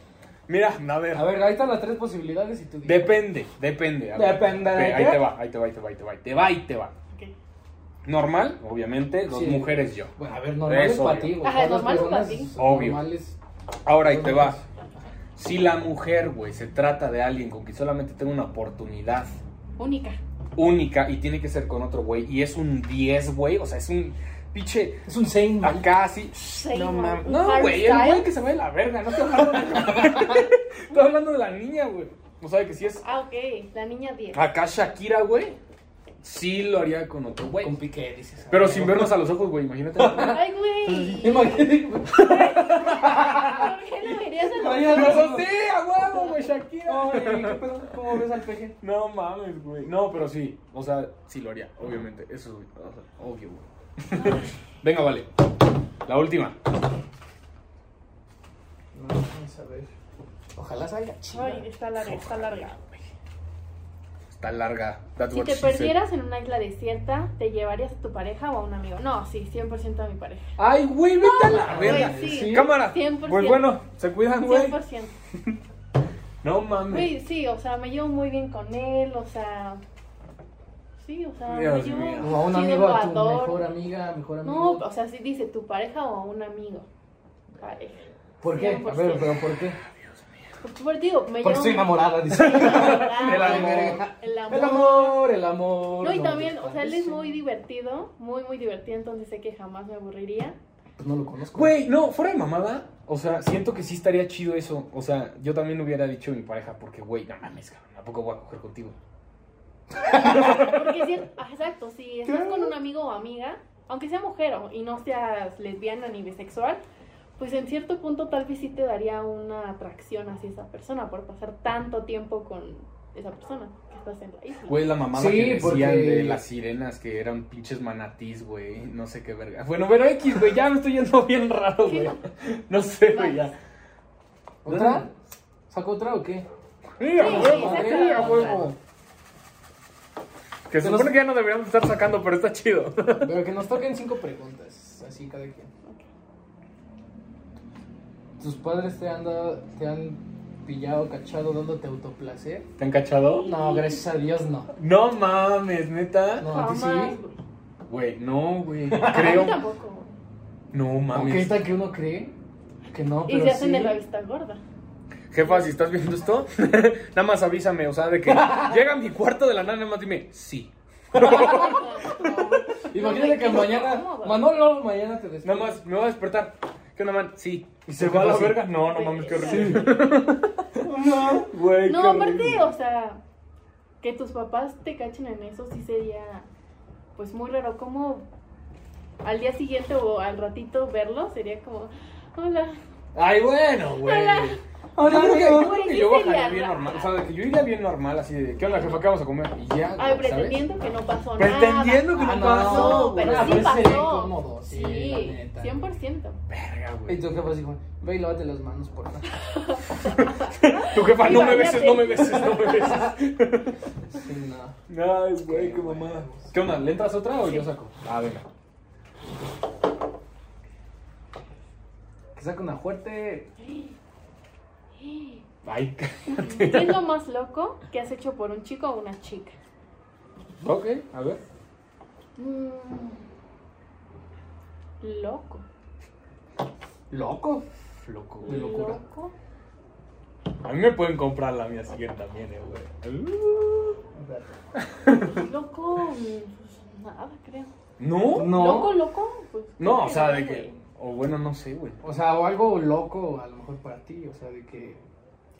[SPEAKER 1] Mira, a ver.
[SPEAKER 3] A ver, ahí están las tres posibilidades y tú. di.
[SPEAKER 1] Depende, depende. a ver.
[SPEAKER 3] Depende de
[SPEAKER 1] Ve, Ahí
[SPEAKER 3] qué.
[SPEAKER 1] te va, ahí te va, ahí te va, ahí te va. Ahí te va, ahí te va.
[SPEAKER 2] Ok.
[SPEAKER 1] Normal, obviamente, dos
[SPEAKER 3] Sí.
[SPEAKER 1] mujeres yo.
[SPEAKER 3] Bueno, a ver, normal es
[SPEAKER 1] Eso,
[SPEAKER 3] para
[SPEAKER 1] obvio.
[SPEAKER 3] ti, güey.
[SPEAKER 2] Ajá,
[SPEAKER 3] Para las
[SPEAKER 2] normal es pa'
[SPEAKER 3] personas
[SPEAKER 2] ti.
[SPEAKER 1] Obvio.
[SPEAKER 3] normales.
[SPEAKER 1] Ahora ahí te va. Si la mujer, güey, se trata de alguien con quien solamente tengo una oportunidad
[SPEAKER 2] Única.
[SPEAKER 1] única y tiene que ser con otro güey y es un 10, güey, o sea, es un pinche
[SPEAKER 3] Es un sein, güey.
[SPEAKER 1] acá así. No
[SPEAKER 2] Seymour,
[SPEAKER 1] mames.
[SPEAKER 2] un
[SPEAKER 1] No,
[SPEAKER 2] Harry
[SPEAKER 1] güey, el güey
[SPEAKER 2] Styles.
[SPEAKER 1] que se ve la verga, no estoy hablando de Estoy hablando de la niña, güey. No sabe que si es
[SPEAKER 2] Ah, ok. La niña 10.
[SPEAKER 1] acá Shakira, güey, sí lo haría con otro güey.
[SPEAKER 3] Con piqué, dices.
[SPEAKER 1] Pero sin vernos a los ojos, güey, imagínate.
[SPEAKER 2] Ay, güey.
[SPEAKER 3] Imagínate, güey.
[SPEAKER 2] ¿Por qué no me irías a
[SPEAKER 3] Ay,
[SPEAKER 2] la-
[SPEAKER 3] no.
[SPEAKER 1] Pero sí, a huevo, güey, Shakira.
[SPEAKER 3] Oye, ¿qué pedo? ¿Cómo ves al peje?
[SPEAKER 1] No mames, güey. No, pero sí. O sea, sí lo haría, obviamente. Eso es o sea, obvio, güey. Venga, vale. La última.
[SPEAKER 3] No, vamos a ver. Ojalá salga
[SPEAKER 2] Ay,
[SPEAKER 3] chida.
[SPEAKER 2] está larga, está larga.
[SPEAKER 1] Está larga. That's
[SPEAKER 2] Si
[SPEAKER 1] what
[SPEAKER 2] te
[SPEAKER 1] she said.
[SPEAKER 2] perdieras en una isla desierta, ¿te llevarías a tu pareja o a un amigo? No, sí, 100% a mi pareja.
[SPEAKER 1] Ay, güey, vete a la
[SPEAKER 2] güey,
[SPEAKER 1] verga.
[SPEAKER 2] sí.
[SPEAKER 1] Cámara.
[SPEAKER 2] 100%.
[SPEAKER 1] Pues bueno, se cuidan, güey.
[SPEAKER 2] 100%.
[SPEAKER 1] No mames.
[SPEAKER 2] Güey, sí, o sea, me llevo muy bien con él, o sea... Sí, o sea,
[SPEAKER 1] Dios
[SPEAKER 2] me
[SPEAKER 1] mío.
[SPEAKER 3] O
[SPEAKER 2] llevo...
[SPEAKER 3] a un
[SPEAKER 2] sí,
[SPEAKER 3] amigo,
[SPEAKER 2] lo
[SPEAKER 3] a tu
[SPEAKER 2] adoro.
[SPEAKER 3] mejor amiga, mejor amigo.
[SPEAKER 2] No, pues, o sea, sí dice tu pareja o a un amigo. Pareja.
[SPEAKER 3] ¿Por qué? A ver,
[SPEAKER 2] 100%.
[SPEAKER 3] pero ¿por qué?
[SPEAKER 2] Por favor, digo, me
[SPEAKER 3] Porque
[SPEAKER 2] llevo...
[SPEAKER 3] estoy enamorada, dice.
[SPEAKER 1] El
[SPEAKER 2] El
[SPEAKER 1] amor.
[SPEAKER 3] El
[SPEAKER 2] El amor.
[SPEAKER 3] amor, el amor.
[SPEAKER 2] No, y
[SPEAKER 3] te
[SPEAKER 2] también, o sea, él es
[SPEAKER 3] parece?
[SPEAKER 2] muy divertido, muy, muy divertido, entonces sé que jamás me aburriría.
[SPEAKER 3] Pues no lo conozco.
[SPEAKER 1] Güey, no, fuera de mamada. O sea, siento que sí estaría chido eso. O sea, yo también hubiera dicho a mi pareja, porque, güey, no mames, cabrón, ¿a poco voy a coger contigo?
[SPEAKER 2] Porque si, ah, exacto, si estás
[SPEAKER 3] Claro.
[SPEAKER 2] con un amigo o amiga, aunque sea mujer o- y no seas lesbiana ni bisexual, pues en cierto punto tal vez sí te daría una atracción hacia esa persona por pasar tanto tiempo con esa persona que estás en la isla.
[SPEAKER 1] Güey, la mamada
[SPEAKER 3] Sí,
[SPEAKER 1] que decían
[SPEAKER 3] porque-
[SPEAKER 1] de las sirenas que eran pinches manatís, güey. No sé qué verga. Bueno, pero X, güey, ya me estoy yendo bien raro, güey. No sé, güey, ya.
[SPEAKER 3] ¿Otra? ¿Saco otra o qué?
[SPEAKER 1] Mira,
[SPEAKER 2] Sí,
[SPEAKER 1] güey,
[SPEAKER 2] saca
[SPEAKER 1] mira,
[SPEAKER 2] la
[SPEAKER 1] güey.
[SPEAKER 2] otra.
[SPEAKER 1] Que se supone que ya no deberíamos estar sacando, pero está chido.
[SPEAKER 3] Pero que nos toquen cinco preguntas, así cada quien. ¿Tus padres te han dado, te han pillado, cachado, dándote autoplacer?
[SPEAKER 1] ¿Te han cachado?
[SPEAKER 3] No, gracias a Dios no.
[SPEAKER 1] No mames, neta.
[SPEAKER 3] No, a ti sí.
[SPEAKER 2] Jamás, güey.
[SPEAKER 1] Güey, no, güey.
[SPEAKER 2] A
[SPEAKER 1] Creo.
[SPEAKER 2] mí tampoco. güey.
[SPEAKER 1] No
[SPEAKER 3] Aunque
[SPEAKER 1] mames.
[SPEAKER 3] esta que uno cree que no,
[SPEAKER 2] Y
[SPEAKER 3] pero
[SPEAKER 2] se hacen
[SPEAKER 3] sí.
[SPEAKER 2] de la vista gorda.
[SPEAKER 1] Jefa, si estás viendo esto, nada más avísame, o sea, de que llega a mi cuarto de la nada, nada más dime, sí.
[SPEAKER 3] Imagínate que mañana,
[SPEAKER 2] Incómodo.
[SPEAKER 3] Manolo, mañana te despides.
[SPEAKER 1] Nada más, me voy a despertar. ¿Qué onda, man? Sí. ¿Y se
[SPEAKER 3] ¿Por qué
[SPEAKER 1] va a la
[SPEAKER 3] fue así?
[SPEAKER 1] verga? No, no mames, qué horrible.
[SPEAKER 3] No.
[SPEAKER 1] Güey,
[SPEAKER 2] No,
[SPEAKER 1] qué
[SPEAKER 2] aparte,
[SPEAKER 1] horrible.
[SPEAKER 2] o sea, que tus papás te cachen en eso sí sería, pues, muy raro. Como al día siguiente o al ratito verlo sería como, hola,
[SPEAKER 3] Ay, bueno, güey.
[SPEAKER 2] Hola.
[SPEAKER 1] Ahora, Ah, yo creo que, yo creo
[SPEAKER 2] Güey,
[SPEAKER 1] que
[SPEAKER 2] sí
[SPEAKER 1] yo
[SPEAKER 2] sería
[SPEAKER 1] bajaría bien
[SPEAKER 2] raro.
[SPEAKER 1] normal. O sea, de que yo iría bien normal, así de, ¿qué onda, jefa? ¿Qué vamos a comer? Y ya.
[SPEAKER 2] Ay,
[SPEAKER 1] güey, ¿sabes?
[SPEAKER 2] Ah, pretendiendo que no pasó
[SPEAKER 1] Pretendiendo que
[SPEAKER 2] nada.
[SPEAKER 1] no
[SPEAKER 3] Ah, no,
[SPEAKER 1] pasó.
[SPEAKER 2] No, pero
[SPEAKER 1] güey. pues,
[SPEAKER 3] Ah,
[SPEAKER 2] sí
[SPEAKER 3] pero sería
[SPEAKER 2] pasó.
[SPEAKER 3] incómodo, sí,
[SPEAKER 2] sí,
[SPEAKER 3] la neta.
[SPEAKER 2] 100%.
[SPEAKER 1] Verga,
[SPEAKER 3] Y
[SPEAKER 1] güey.
[SPEAKER 3] tu jefa así como, ve y lávate las manos, por favor.
[SPEAKER 1] Tu jefa,
[SPEAKER 2] Y
[SPEAKER 1] no me
[SPEAKER 2] bañate.
[SPEAKER 1] beses, no me beses, no me beses.
[SPEAKER 3] Sí, no.
[SPEAKER 1] Ay, güey, qué mamada. ¿Qué onda? ¿Le entras otra o
[SPEAKER 2] Sí.
[SPEAKER 1] yo saco? Ah, venga.
[SPEAKER 3] Que saca una fuerte.
[SPEAKER 1] Ay,
[SPEAKER 2] ¿Qué es lo más loco que has hecho por un chico o una chica?
[SPEAKER 1] ok, a ver.
[SPEAKER 2] Mm, Loco.
[SPEAKER 1] Loco. Loco, güey.
[SPEAKER 3] De locura.
[SPEAKER 2] Loco.
[SPEAKER 1] A mí me pueden comprar la mía siguiente también, eh, güey. Uh.
[SPEAKER 2] Pues Loco. mm, pues, Nada, creo.
[SPEAKER 1] ¿No?
[SPEAKER 3] No.
[SPEAKER 2] Loco, loco. Pues,
[SPEAKER 1] No,
[SPEAKER 2] creo
[SPEAKER 1] o sea, de
[SPEAKER 2] güey.
[SPEAKER 1] que. O bueno, no sé, güey.
[SPEAKER 3] O sea, o algo loco a lo mejor para ti, o sea, de que...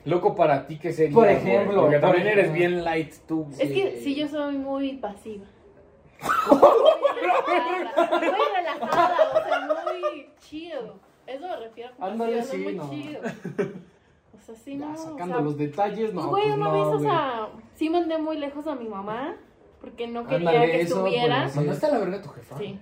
[SPEAKER 1] Loco para ti que sería.
[SPEAKER 3] Por
[SPEAKER 1] güey?
[SPEAKER 3] ejemplo,
[SPEAKER 1] Porque
[SPEAKER 3] por
[SPEAKER 1] también
[SPEAKER 3] ejemplo.
[SPEAKER 1] eres bien light tú. güey.
[SPEAKER 2] Es que
[SPEAKER 3] Sí.
[SPEAKER 2] sí, yo soy muy pasiva. Muy relajada, o sea, muy chido. Eso me refiero con
[SPEAKER 3] Ándale,
[SPEAKER 2] pasiva,
[SPEAKER 3] sí,
[SPEAKER 2] muy
[SPEAKER 3] no.
[SPEAKER 2] chido. O sea, sí,
[SPEAKER 3] Ya,
[SPEAKER 2] no.
[SPEAKER 3] sacando
[SPEAKER 2] o sea,
[SPEAKER 3] los detalles, no,
[SPEAKER 2] pues, güey,
[SPEAKER 3] pues
[SPEAKER 2] una
[SPEAKER 3] no,
[SPEAKER 2] vez, o
[SPEAKER 3] güey.
[SPEAKER 2] sea, sí mandé muy lejos a mi mamá porque no quería
[SPEAKER 3] Ándale,
[SPEAKER 2] que
[SPEAKER 3] eso,
[SPEAKER 2] estuviera.
[SPEAKER 3] pues,
[SPEAKER 1] ¿Mandaste a la verga a tu jefa?
[SPEAKER 2] Sí.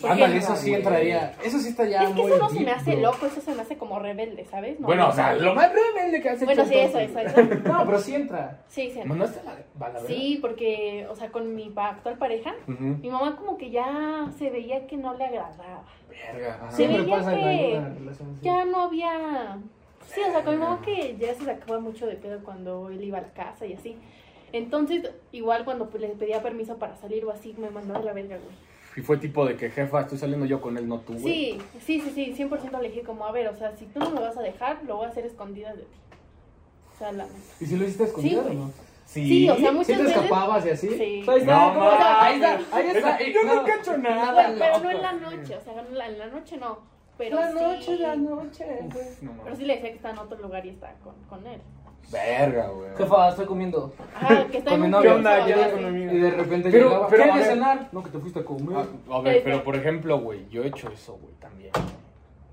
[SPEAKER 2] Porque-
[SPEAKER 3] Ándale, eso sí
[SPEAKER 1] Güey.
[SPEAKER 3] entraría. Eso sí está ya
[SPEAKER 2] Es que
[SPEAKER 3] muy
[SPEAKER 2] eso no se
[SPEAKER 3] deep,
[SPEAKER 2] me hace
[SPEAKER 3] bro.
[SPEAKER 2] loco, eso se me hace como rebelde, ¿sabes? No,
[SPEAKER 1] Bueno,
[SPEAKER 2] no,
[SPEAKER 1] o sea, lo más rebelde que has hecho.
[SPEAKER 2] Bueno, sí, eso,
[SPEAKER 1] entonces.
[SPEAKER 2] eso, eso.
[SPEAKER 3] No, pero sí entra.
[SPEAKER 2] Sí, sí.
[SPEAKER 1] ¿Mandaste a la, a la verga?
[SPEAKER 2] Sí, porque, o sea, con mi pa- actual pareja,
[SPEAKER 1] Ujú.
[SPEAKER 2] mi mamá como que ya se veía que no le agradaba.
[SPEAKER 1] Verga. ah. ajá.
[SPEAKER 2] Sí,
[SPEAKER 3] Siempre
[SPEAKER 2] veía
[SPEAKER 3] pasa en
[SPEAKER 2] que
[SPEAKER 3] alguna relación así.
[SPEAKER 2] Ya no había... Sí, o sea, con mi mamá que ya se sacaba mucho de pedo cuando él iba a la casa y así. Entonces, igual cuando pues, le pedía permiso para salir o así, me mandaba a la verga, güey.
[SPEAKER 1] Y fue tipo de que, jefa, estoy saliendo yo con él, no tú, güey.
[SPEAKER 2] Sí, sí, sí, sí, 100% le dije como, a ver, o sea, si tú no me vas a dejar, lo voy a hacer escondidas de ti. O sea, la neta.
[SPEAKER 3] ¿Y si lo hiciste escondido
[SPEAKER 2] Sí,
[SPEAKER 3] o no?
[SPEAKER 1] Sí,
[SPEAKER 2] Sí, o sea,
[SPEAKER 1] muy...
[SPEAKER 2] muy-
[SPEAKER 3] ¿Sí
[SPEAKER 2] Muchas
[SPEAKER 3] te
[SPEAKER 2] veces-
[SPEAKER 3] escapabas y así?
[SPEAKER 2] Sí.
[SPEAKER 3] Ahí está,
[SPEAKER 1] No
[SPEAKER 3] ¿cómo está?
[SPEAKER 1] mames.
[SPEAKER 3] ahí está, ahí está.
[SPEAKER 1] Yo no cacho nada.
[SPEAKER 2] Pero, pero
[SPEAKER 3] loco.
[SPEAKER 2] no en la noche, o sea, en la, en la noche no. Pero
[SPEAKER 3] pues, La
[SPEAKER 2] sí-
[SPEAKER 3] noche, la noche. güey.
[SPEAKER 1] Uf, no
[SPEAKER 2] Pero
[SPEAKER 1] mames.
[SPEAKER 2] sí le decía que está en otro lugar y está con, con él.
[SPEAKER 1] Verga, güey.
[SPEAKER 3] Jefa, estoy comiendo.
[SPEAKER 2] Ajá, que está
[SPEAKER 3] Con
[SPEAKER 2] en
[SPEAKER 3] mi
[SPEAKER 2] un
[SPEAKER 3] novia.
[SPEAKER 2] curso,
[SPEAKER 1] ¿Qué onda?
[SPEAKER 2] o
[SPEAKER 1] Ya
[SPEAKER 2] algo
[SPEAKER 1] con
[SPEAKER 2] así.
[SPEAKER 1] mi-
[SPEAKER 3] Y de repente
[SPEAKER 1] Pero-
[SPEAKER 3] llegaba,
[SPEAKER 1] pero,
[SPEAKER 3] ¿qué
[SPEAKER 1] a
[SPEAKER 3] de
[SPEAKER 1] ver.
[SPEAKER 3] cenar? No, que te fuiste a comer.
[SPEAKER 1] Ah, A, a ver, pero por ejemplo, güey, yo he hecho eso, güey, también.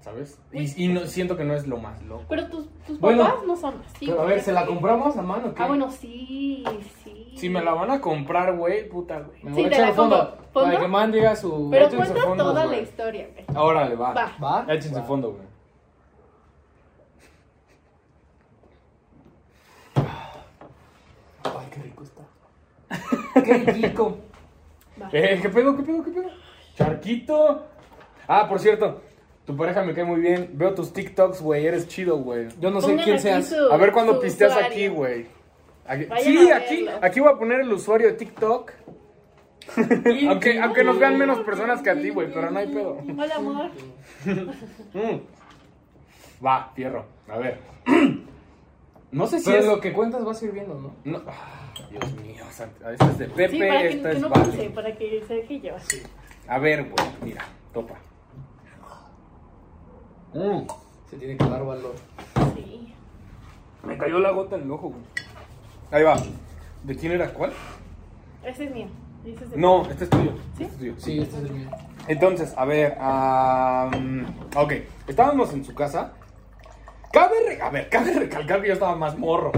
[SPEAKER 1] ¿Sabes? Y, y no, siento que no es lo más loco.
[SPEAKER 2] Pero tus, tus
[SPEAKER 3] Bueno,
[SPEAKER 2] papás no son así.
[SPEAKER 3] Pero a
[SPEAKER 2] güey.
[SPEAKER 3] ver, ¿se la compramos a mano o qué?
[SPEAKER 2] Ah, bueno, sí, sí.
[SPEAKER 1] Si me la van a comprar, güey, puta, güey.
[SPEAKER 3] Me
[SPEAKER 2] Sí,
[SPEAKER 3] voy a
[SPEAKER 2] te
[SPEAKER 3] echar
[SPEAKER 2] la
[SPEAKER 3] al fondo,
[SPEAKER 2] compro. ¿Fondo?
[SPEAKER 3] Para que Man diga su...
[SPEAKER 2] Pero
[SPEAKER 1] Échense
[SPEAKER 2] cuenta
[SPEAKER 1] fondos,
[SPEAKER 2] toda
[SPEAKER 1] güey.
[SPEAKER 2] la historia, güey.
[SPEAKER 1] Ahora le va.
[SPEAKER 2] Va.
[SPEAKER 3] ¿Va?
[SPEAKER 1] Échense
[SPEAKER 3] Va.
[SPEAKER 1] fondo, güey.
[SPEAKER 3] Ay, qué rico está. qué rico.
[SPEAKER 2] va.
[SPEAKER 1] Eh, ¿Qué pedo, qué pedo, qué pedo? Charquito. Ah, por cierto, tu pareja me cae muy bien. Veo tus TikToks, güey, eres chido, güey.
[SPEAKER 3] Yo no sé
[SPEAKER 2] Pongan
[SPEAKER 3] quién
[SPEAKER 2] aquí
[SPEAKER 3] seas.
[SPEAKER 2] su-
[SPEAKER 1] A ver cuando
[SPEAKER 2] su
[SPEAKER 1] pisteas
[SPEAKER 2] usuario.
[SPEAKER 1] aquí, güey. Aquí-
[SPEAKER 2] Vayan
[SPEAKER 1] Sí,
[SPEAKER 2] a
[SPEAKER 1] aquí,
[SPEAKER 2] verlo.
[SPEAKER 1] aquí voy a poner el usuario de TikTok. Aunque,
[SPEAKER 3] ah,
[SPEAKER 1] aunque nos vean menos personas que a ti, güey, pero no hay pedo.
[SPEAKER 2] Hola, amor.
[SPEAKER 1] Mm. Va, fierro. A ver. No sé si
[SPEAKER 3] Pero
[SPEAKER 1] es.
[SPEAKER 3] lo que cuentas va sirviendo, ¿no?
[SPEAKER 1] no- Ah, Dios mío, santa- esta es de Pepe,
[SPEAKER 2] sí, para que,
[SPEAKER 1] esta
[SPEAKER 2] que
[SPEAKER 1] es
[SPEAKER 2] no
[SPEAKER 1] Vale.
[SPEAKER 2] pise, para que se deje llevar.
[SPEAKER 1] A ver, güey, mira, topa. Mm,
[SPEAKER 3] Se tiene que dar valor.
[SPEAKER 2] Sí.
[SPEAKER 1] me cayó la gota en el ojo, güey. Ahí va. ¿De quién era cuál?
[SPEAKER 2] Ese es mío. y ese es de-
[SPEAKER 1] No, este es tuyo.
[SPEAKER 2] ¿Sí?
[SPEAKER 1] Este es tuyo.
[SPEAKER 3] Sí, este es el mío.
[SPEAKER 1] Entonces, a ver, am, ok, estábamos en su casa. Cabe, re- a ver, cabe recalcar que yo estaba más morro.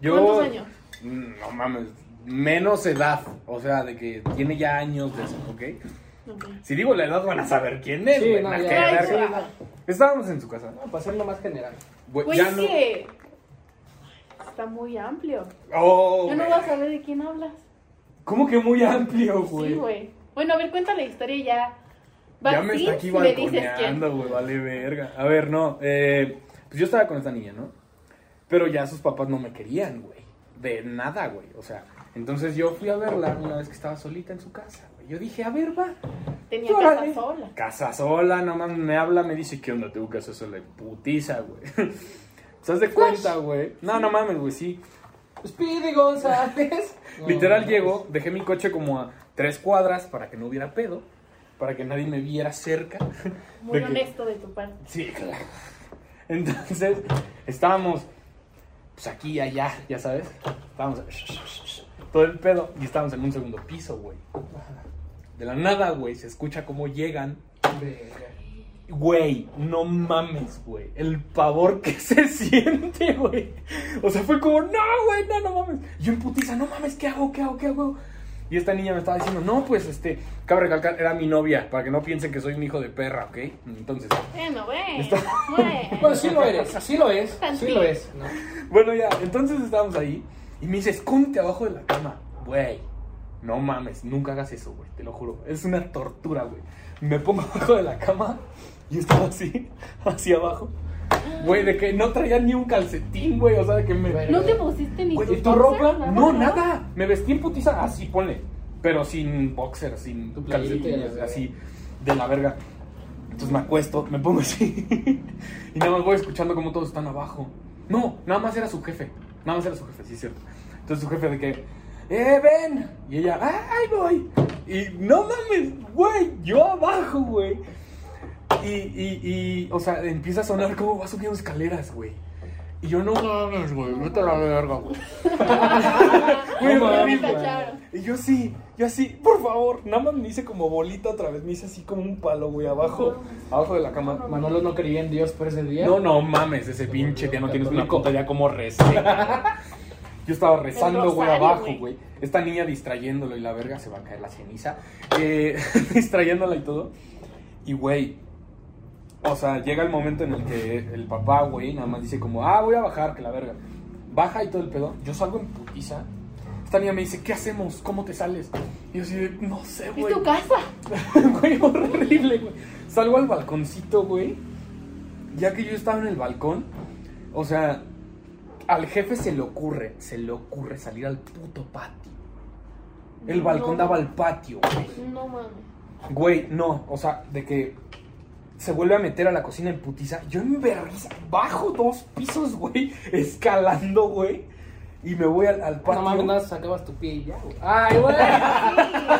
[SPEAKER 1] Yo,
[SPEAKER 2] ¿Cuántos años?
[SPEAKER 1] Mm, No mames, menos edad, o sea, de que tiene ya años de eso, ¿ok?
[SPEAKER 2] Ok.
[SPEAKER 1] Si digo la edad van a saber quién es.
[SPEAKER 3] Sí,
[SPEAKER 1] güey,
[SPEAKER 3] no,
[SPEAKER 1] nada
[SPEAKER 3] ya.
[SPEAKER 1] que ver.
[SPEAKER 2] Ay, sí.
[SPEAKER 1] Estábamos en su casa.
[SPEAKER 3] No, para hacerlo más general.
[SPEAKER 1] Güey,
[SPEAKER 2] Pues
[SPEAKER 1] ya
[SPEAKER 2] es
[SPEAKER 1] no.
[SPEAKER 2] que está muy amplio.
[SPEAKER 1] Oh,
[SPEAKER 2] Yo no
[SPEAKER 1] güey.
[SPEAKER 2] voy a saber de quién hablas.
[SPEAKER 1] ¿Cómo que muy amplio, güey?
[SPEAKER 2] Sí, güey. Bueno, a ver, cuenta la historia y ya.
[SPEAKER 1] Ya
[SPEAKER 2] Vas
[SPEAKER 1] me
[SPEAKER 2] sí,
[SPEAKER 1] está aquí
[SPEAKER 2] me dices quién.
[SPEAKER 1] balconeando, güey, vale verga. A ver, no, eh, pues yo estaba con esta niña, ¿no? Pero ya sus papás no me querían, güey. De nada, güey. O sea, entonces yo fui a verla una vez que estaba solita en su casa, güey. Yo dije, a ver, va.
[SPEAKER 2] Tenía
[SPEAKER 1] Yo,
[SPEAKER 2] casa
[SPEAKER 1] órale.
[SPEAKER 2] sola.
[SPEAKER 1] Casa sola, nomás me habla, me dice, ¿qué onda? Tengo casa sola. Putiza, güey. ¿Te das de cuenta, güey? No, no mames, güey, sí.
[SPEAKER 3] Speedy González. No,
[SPEAKER 1] Literal
[SPEAKER 3] no,
[SPEAKER 1] llego, dejé mi coche como a tres cuadras para que no hubiera pedo, para que nadie me viera cerca.
[SPEAKER 2] Muy
[SPEAKER 1] De que-
[SPEAKER 2] honesto de tu parte.
[SPEAKER 1] Sí, claro. Entonces, estábamos pues aquí, allá, ya sabes. Estábamos todo el pedo y estábamos en un segundo piso, güey. De la nada, güey, se escucha cómo llegan
[SPEAKER 3] Verga.
[SPEAKER 1] Güey, no mames, güey. El pavor que se siente, güey. O sea, fue como, no, güey, no, no mames. Yo en putiza, no mames, ¿qué hago? ¿Qué hago? ¿Qué hago? Y esta niña me estaba diciendo, no, pues este, cabe recalcar, era mi novia, para que no piensen que soy un hijo de perra, ¿ok? Entonces,
[SPEAKER 2] Bueno,
[SPEAKER 1] Está-
[SPEAKER 2] bueno,
[SPEAKER 3] Pues sí lo eres, sí lo es, sí lo es. ¿no?
[SPEAKER 1] bueno, ya, entonces estábamos ahí y me dice, escóndete abajo de la cama, güey. No mames, nunca hagas eso, güey, te lo juro. Es una tortura, güey. Me pongo abajo de la cama y estaba así, hacia abajo. Güey, de que no traía ni un calcetín, güey, o sea, de que me...
[SPEAKER 3] Güey,
[SPEAKER 2] ¿No te pusiste ni
[SPEAKER 1] Güey,
[SPEAKER 2] tus
[SPEAKER 1] ¿y tu
[SPEAKER 2] boxers,
[SPEAKER 1] ropa? No, nada. Me vestí en putiza así, ponle. Pero sin boxer, sin
[SPEAKER 3] Tu playerita y la
[SPEAKER 1] calcetines,
[SPEAKER 3] verga.
[SPEAKER 1] así de la verga. Entonces me acuesto, me pongo así. y nada más voy escuchando cómo todos están abajo. No, nada más era su jefe. Nada más era su jefe, sí, es cierto. Entonces su jefe de que, ¡eh, ven! Y ella, ¡ah, ahí voy! Y no mames, güey, yo abajo, güey. Y, y, y, o sea, empieza a sonar como va subiendo escaleras, güey. Y yo no mames, güey, vete a la verga, güey.
[SPEAKER 2] Güey,
[SPEAKER 1] No
[SPEAKER 2] Ah, ya me
[SPEAKER 1] mames, güey.
[SPEAKER 2] cacharon.
[SPEAKER 1] Y yo sí, yo así, por favor, nada más me hice como bolita otra vez, me hice así como un palo, güey, abajo, abajo de la cama.
[SPEAKER 3] Manolo no creía en Dios por ese día.
[SPEAKER 1] No, no mames, ese pinche día no tienes una puta idea cómo recé. Yo estaba rezando, güey,
[SPEAKER 2] rosario,
[SPEAKER 1] abajo,
[SPEAKER 2] güey.
[SPEAKER 1] güey. Esta niña distrayéndolo y la verga se va a caer la ceniza. Eh, distrayéndola y todo. Y, güey, o sea, llega el momento en el que el papá, güey, nada más dice como, ah, voy a bajar, que la verga. Baja y todo el pedo. Yo salgo en putiza. Esta niña me dice, ¿qué hacemos? ¿Cómo te sales? Y yo así, de, no sé, güey.
[SPEAKER 2] Es tu casa.
[SPEAKER 1] Güey, horrible, güey. Salgo al balconcito, güey. Ya que yo estaba en el balcón, o sea, al jefe se le ocurre, se le ocurre salir al puto patio. El balcón
[SPEAKER 2] No.
[SPEAKER 1] daba al patio, güey.
[SPEAKER 2] No mames.
[SPEAKER 1] Güey, no, o sea, de que se vuelve a meter a la cocina en putiza. Yo en berriza, bajo dos pisos, güey, escalando, güey. Y me voy al, al patio.
[SPEAKER 3] No mames, nada, sacabas tu pie y ya, güey. Ay, güey.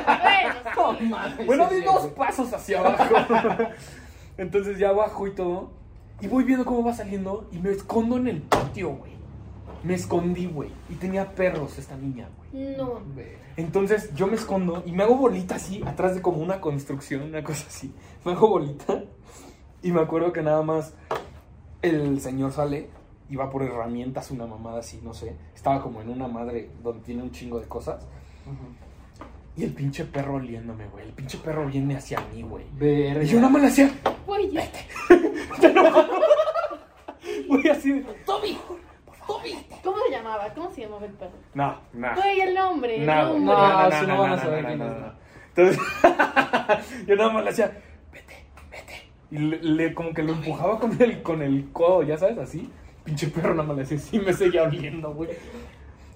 [SPEAKER 2] Sí,
[SPEAKER 3] No
[SPEAKER 2] bueno, sí.
[SPEAKER 3] mames.
[SPEAKER 1] Bueno,
[SPEAKER 3] sí,
[SPEAKER 1] di
[SPEAKER 3] sí,
[SPEAKER 1] dos
[SPEAKER 3] güey.
[SPEAKER 1] pasos hacia abajo. Entonces ya abajo y todo. Y voy viendo cómo va saliendo y me escondo en el patio, güey. Me escondí, güey. Y tenía perros esta niña, güey.
[SPEAKER 2] No.
[SPEAKER 3] Ve.
[SPEAKER 1] Entonces yo me escondo y me hago bolita así, atrás de como una construcción, una cosa así. Me hago bolita. Y me acuerdo que nada más el señor sale y va por herramientas, una mamada así, no sé. Estaba como en una madre donde tiene un chingo de cosas.
[SPEAKER 3] Ujú.
[SPEAKER 1] Y el pinche perro oliéndome, güey. El pinche perro viene hacia mí, güey.
[SPEAKER 3] Verga.
[SPEAKER 1] Y yo nada más le hacía,
[SPEAKER 2] Güey, ya.
[SPEAKER 1] güey, así de,
[SPEAKER 3] Toby.
[SPEAKER 2] ¿Cómo se llamaba? ¿Cómo se llamaba el perro?
[SPEAKER 1] No, no.
[SPEAKER 2] Güey, el nombre. el
[SPEAKER 1] No, güey,
[SPEAKER 2] nombre.
[SPEAKER 3] no.
[SPEAKER 1] no,
[SPEAKER 3] si
[SPEAKER 1] no,
[SPEAKER 3] van a
[SPEAKER 1] no,
[SPEAKER 3] saber
[SPEAKER 1] no,
[SPEAKER 3] quién
[SPEAKER 1] no,
[SPEAKER 3] es,
[SPEAKER 1] no,
[SPEAKER 3] no.
[SPEAKER 1] no. Entonces, yo nada más le hacía, vete, vete. Y le, le- como que lo empujaba con el, con el codo, ya sabes, así. Pinche perro nada más le hacía así, me seguía oliendo, güey.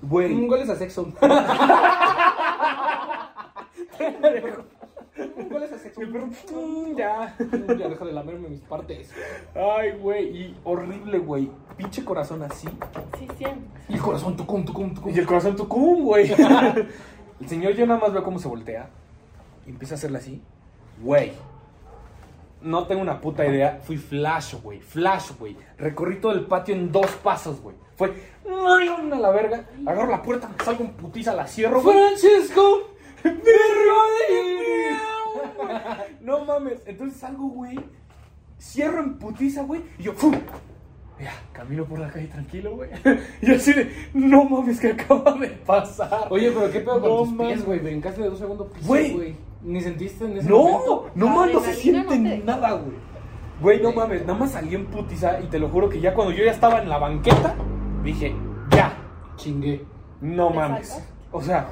[SPEAKER 3] Un
[SPEAKER 1] Güey,
[SPEAKER 3] gol es a sexo. Un gol es a sexo.
[SPEAKER 1] el perro, mm, ya.
[SPEAKER 3] Ya deja de lamerme mis partes.
[SPEAKER 1] Ay, güey, y horrible, güey. Pinche corazón así.
[SPEAKER 2] Sí, cien.
[SPEAKER 3] Y el corazón tucum, tucum, tucum.
[SPEAKER 1] Y el corazón tucum, güey. el señor yo nada más veo cómo se voltea. Y empieza a hacerle así. Güey. No tengo una puta idea. Fui flash, güey. Flash, güey. Recorrí todo el patio en dos pasos, güey. Fue. ¡ay, una la verga! Agarro la puerta, salgo en putiza, la cierro, güey.
[SPEAKER 3] Francisco.
[SPEAKER 1] No mames. Entonces salgo, güey. Cierro en putiza, güey. Y yo, ¡fum! Ya, camino por la calle tranquilo, güey. Y así de, no mames, que acaba de pasar.
[SPEAKER 3] Oye, pero qué pedo con
[SPEAKER 1] No
[SPEAKER 3] tus
[SPEAKER 1] mames.
[SPEAKER 3] pies, güey. Brincaste de un segundo piso,
[SPEAKER 1] Güey.
[SPEAKER 3] güey. Ni sentiste en ese
[SPEAKER 1] No,
[SPEAKER 3] momento.
[SPEAKER 1] no
[SPEAKER 2] La
[SPEAKER 1] mames, no se
[SPEAKER 2] adrenalina
[SPEAKER 1] siente
[SPEAKER 2] no te-
[SPEAKER 1] nada, güey. Güey, no mames, nada más salí en putiza y te lo juro que ya cuando yo ya estaba en la banqueta, dije, ya,
[SPEAKER 3] Chingué.
[SPEAKER 1] no
[SPEAKER 2] ¿Te
[SPEAKER 1] mames.
[SPEAKER 2] saltas?
[SPEAKER 1] O sea,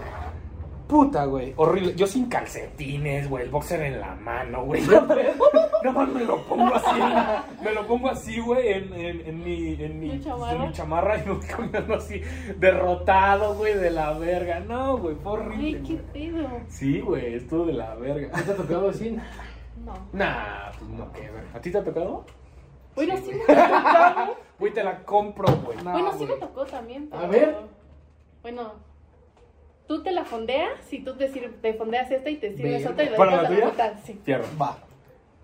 [SPEAKER 1] puta, güey, horrible. Yo sin calcetines, güey, el boxer en la mano, güey. Nada más me lo pongo así, en la- me lo pongo así, güey, en, en, en mi, pues, en mi,
[SPEAKER 2] ¿Tu chamarra?
[SPEAKER 1] en mi chamarra y me voy caminando así, derrotado, güey, de la verga. No, güey, fue horrible.
[SPEAKER 2] Ay, qué
[SPEAKER 1] güey.
[SPEAKER 2] pedo.
[SPEAKER 1] Sí, güey, esto de la verga.
[SPEAKER 3] ¿No te ha tocado así?
[SPEAKER 2] No.
[SPEAKER 1] Nah, pues no, qué ver. ¿A ti te ha tocado?
[SPEAKER 2] Bueno, sí me tocó.
[SPEAKER 1] Güey, te la compro, Ah, güey.
[SPEAKER 3] No,
[SPEAKER 2] Bueno, sí me
[SPEAKER 3] güey.
[SPEAKER 2] tocó también.
[SPEAKER 3] A ver.
[SPEAKER 2] Bueno. Tú te la fondeas y tú te, sir- te fondeas esta y te sirves
[SPEAKER 3] Verga.
[SPEAKER 2] otra y la
[SPEAKER 1] ¿Para
[SPEAKER 2] dejas
[SPEAKER 1] la
[SPEAKER 2] a
[SPEAKER 1] tuya?
[SPEAKER 2] mitad, Sí.
[SPEAKER 1] Tierra.
[SPEAKER 3] Va.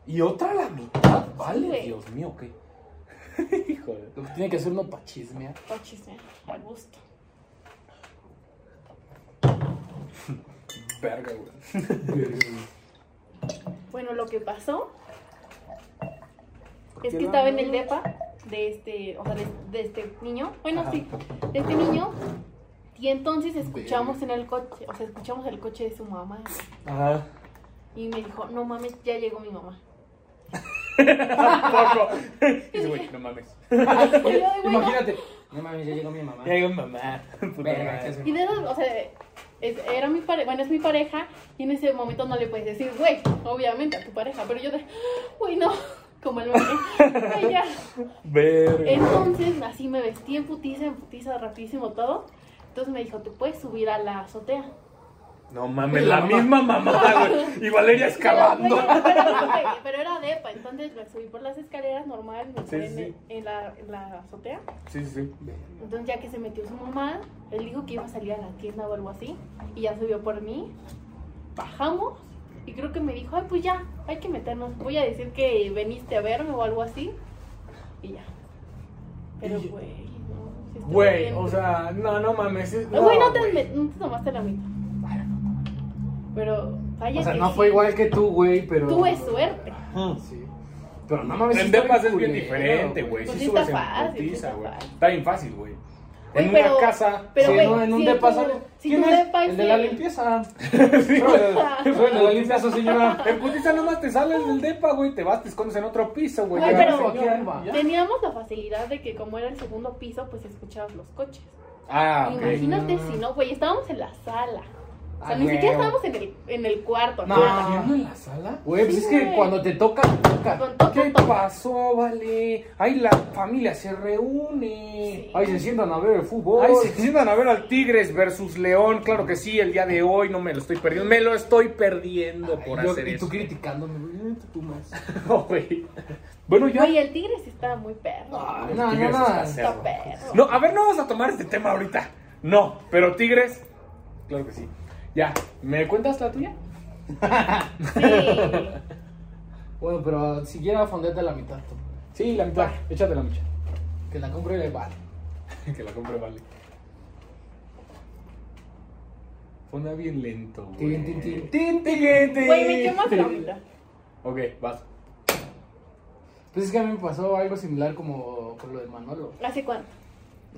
[SPEAKER 1] Y otra a la mitad. Vale,
[SPEAKER 2] güey.
[SPEAKER 1] Dios mío, qué. Hijo de.
[SPEAKER 3] Lo que tiene que hacer uno pa' chismear.
[SPEAKER 2] Oh, chisme. Al gusto.
[SPEAKER 1] Verga, güey.
[SPEAKER 2] Bueno, lo que pasó Es que estaba en el depa de este, o sea, de, de este niño. Bueno,
[SPEAKER 1] Ajá.
[SPEAKER 2] sí, de este niño. Y entonces escuchamos en el coche, o sea, escuchamos el coche de su mamá.
[SPEAKER 1] Ajá.
[SPEAKER 2] Y me dijo, no mames, ya llegó mi mamá.
[SPEAKER 1] Poco. Dice, güey, no mames.
[SPEAKER 2] Y yo, "Ay, güey, no".
[SPEAKER 3] Imagínate. No mames, ya llegó mi mamá.
[SPEAKER 1] Ya digo, mamá. Puta
[SPEAKER 3] Verga,
[SPEAKER 1] madre.
[SPEAKER 3] qué su-
[SPEAKER 2] Y de eso, o sea, es- era mi pareja, bueno, es mi pareja, y en ese momento no le puedes decir, güey, obviamente a tu pareja, pero yo de, güey, no, como el meme, güey, ya.
[SPEAKER 1] Verga.
[SPEAKER 2] Entonces, así me vestí en putiza, en putiza, rapidísimo todo. Entonces me dijo, te puedes subir a la azotea.
[SPEAKER 1] No mames, la misma mamá, güey. Y Valeria
[SPEAKER 2] Pero,
[SPEAKER 1] excavando.
[SPEAKER 2] güey, pero, güey, pero era depa, entonces me subí por las escaleras normal, me
[SPEAKER 1] Sí,
[SPEAKER 2] fui en,
[SPEAKER 1] sí.
[SPEAKER 2] en la, en la azotea.
[SPEAKER 1] Sí, sí, sí.
[SPEAKER 2] Entonces ya que se metió su mamá, él dijo que iba a salir a la tienda o algo así, y ya subió por mí, bajamos, y creo que me dijo, ay, pues ya, hay que meternos, voy a decir que veniste a verme o algo así, y ya. Pero,
[SPEAKER 1] Y-
[SPEAKER 2] güey, no. sí estuvo
[SPEAKER 1] Güey,
[SPEAKER 2] bien.
[SPEAKER 1] o sea, no, no mames. es-
[SPEAKER 2] Güey, no, te,
[SPEAKER 1] güey.
[SPEAKER 2] me- no te tomaste la mitad. Pero, vaya
[SPEAKER 3] O sea,
[SPEAKER 2] que
[SPEAKER 3] no
[SPEAKER 2] sí.
[SPEAKER 3] fue igual que tú, güey, pero. Mm,
[SPEAKER 2] Tuve suerte.
[SPEAKER 1] Ujú.
[SPEAKER 3] Sí. Pero no mames.
[SPEAKER 1] En
[SPEAKER 3] está
[SPEAKER 1] depas es bien
[SPEAKER 3] culero,
[SPEAKER 1] diferente, güey.
[SPEAKER 2] Pues
[SPEAKER 1] Sí
[SPEAKER 2] sí
[SPEAKER 1] subes
[SPEAKER 2] está
[SPEAKER 1] en
[SPEAKER 2] fácil, sí
[SPEAKER 1] putiza,
[SPEAKER 2] está
[SPEAKER 1] güey.
[SPEAKER 2] fácil.
[SPEAKER 1] Está bien fácil, güey.
[SPEAKER 2] Güey,
[SPEAKER 1] En
[SPEAKER 2] pero-
[SPEAKER 1] una casa.
[SPEAKER 2] Pero,
[SPEAKER 3] Sí,
[SPEAKER 2] güey,
[SPEAKER 3] no, en un
[SPEAKER 2] si en
[SPEAKER 3] depa
[SPEAKER 2] tu-
[SPEAKER 3] sale.
[SPEAKER 2] si
[SPEAKER 3] ¿Quién
[SPEAKER 2] tu
[SPEAKER 3] es?
[SPEAKER 2] depa
[SPEAKER 3] El
[SPEAKER 2] es
[SPEAKER 3] de la
[SPEAKER 2] de-
[SPEAKER 3] limpieza. Soy el- soy el de la limpieza, señora.
[SPEAKER 1] En putiza nomás te sales del depa, güey. Te vas, te escondes en otro piso, güey.
[SPEAKER 2] Güey,
[SPEAKER 1] Pues ya,
[SPEAKER 2] pero-
[SPEAKER 1] señor, ya.
[SPEAKER 2] Teníamos la facilidad de que como era el segundo piso, pues escuchabas los coches.
[SPEAKER 1] Ah, ok.
[SPEAKER 2] Imagínate
[SPEAKER 3] Ah.
[SPEAKER 2] si no, güey, estábamos en la sala. O sea,
[SPEAKER 3] Ah,
[SPEAKER 2] ni siquiera
[SPEAKER 3] güey.
[SPEAKER 2] estábamos en el, en el cuarto.
[SPEAKER 3] No.
[SPEAKER 2] nada.
[SPEAKER 1] ¿Viendo en la sala?
[SPEAKER 3] Güey, pues
[SPEAKER 2] Sí,
[SPEAKER 3] es que
[SPEAKER 2] güey.
[SPEAKER 3] cuando te toca, te toca.
[SPEAKER 2] Con todo,
[SPEAKER 1] ¿Qué
[SPEAKER 2] todo.
[SPEAKER 1] pasó, vale? Ahí la familia se reúne.
[SPEAKER 2] Sí.
[SPEAKER 3] Ahí se sientan a ver el fútbol.
[SPEAKER 1] Ahí se sientan a ver al Tigres versus León. Claro que sí, el día de hoy no me lo estoy perdiendo. Me lo estoy perdiendo
[SPEAKER 3] Ay,
[SPEAKER 1] por
[SPEAKER 3] yo-
[SPEAKER 1] hacer
[SPEAKER 3] y tú
[SPEAKER 1] eso.
[SPEAKER 3] criticándome, güey. Tú más.
[SPEAKER 1] No, güey. Bueno, ya.
[SPEAKER 2] Güey, el tigre sí estaba muy perro.
[SPEAKER 3] Ah,
[SPEAKER 1] El
[SPEAKER 3] no, no,
[SPEAKER 1] Tigres
[SPEAKER 3] no.
[SPEAKER 1] está
[SPEAKER 2] está
[SPEAKER 1] cerdo.
[SPEAKER 2] perro.
[SPEAKER 1] No, a ver, no vamos a tomar este tema ahorita. No, pero Tigres. Claro que sí. Ya, ¿me cuentas la tuya?
[SPEAKER 2] Sí.
[SPEAKER 3] Bueno, pero siquiera fondeate la mitad tú.
[SPEAKER 1] Sí, la mitad. Échate la mitad.
[SPEAKER 3] Que la compre le vale.
[SPEAKER 1] que la compre vale. Funda bien lento, güey.
[SPEAKER 3] Tin, tin, tin.
[SPEAKER 1] Tin, tin, tin.
[SPEAKER 2] Güey, me quemas la mitad.
[SPEAKER 1] Ok, vas.
[SPEAKER 3] Pues es que a mí me pasó algo similar como con lo de Manolo.
[SPEAKER 2] ¿Hace cuánto?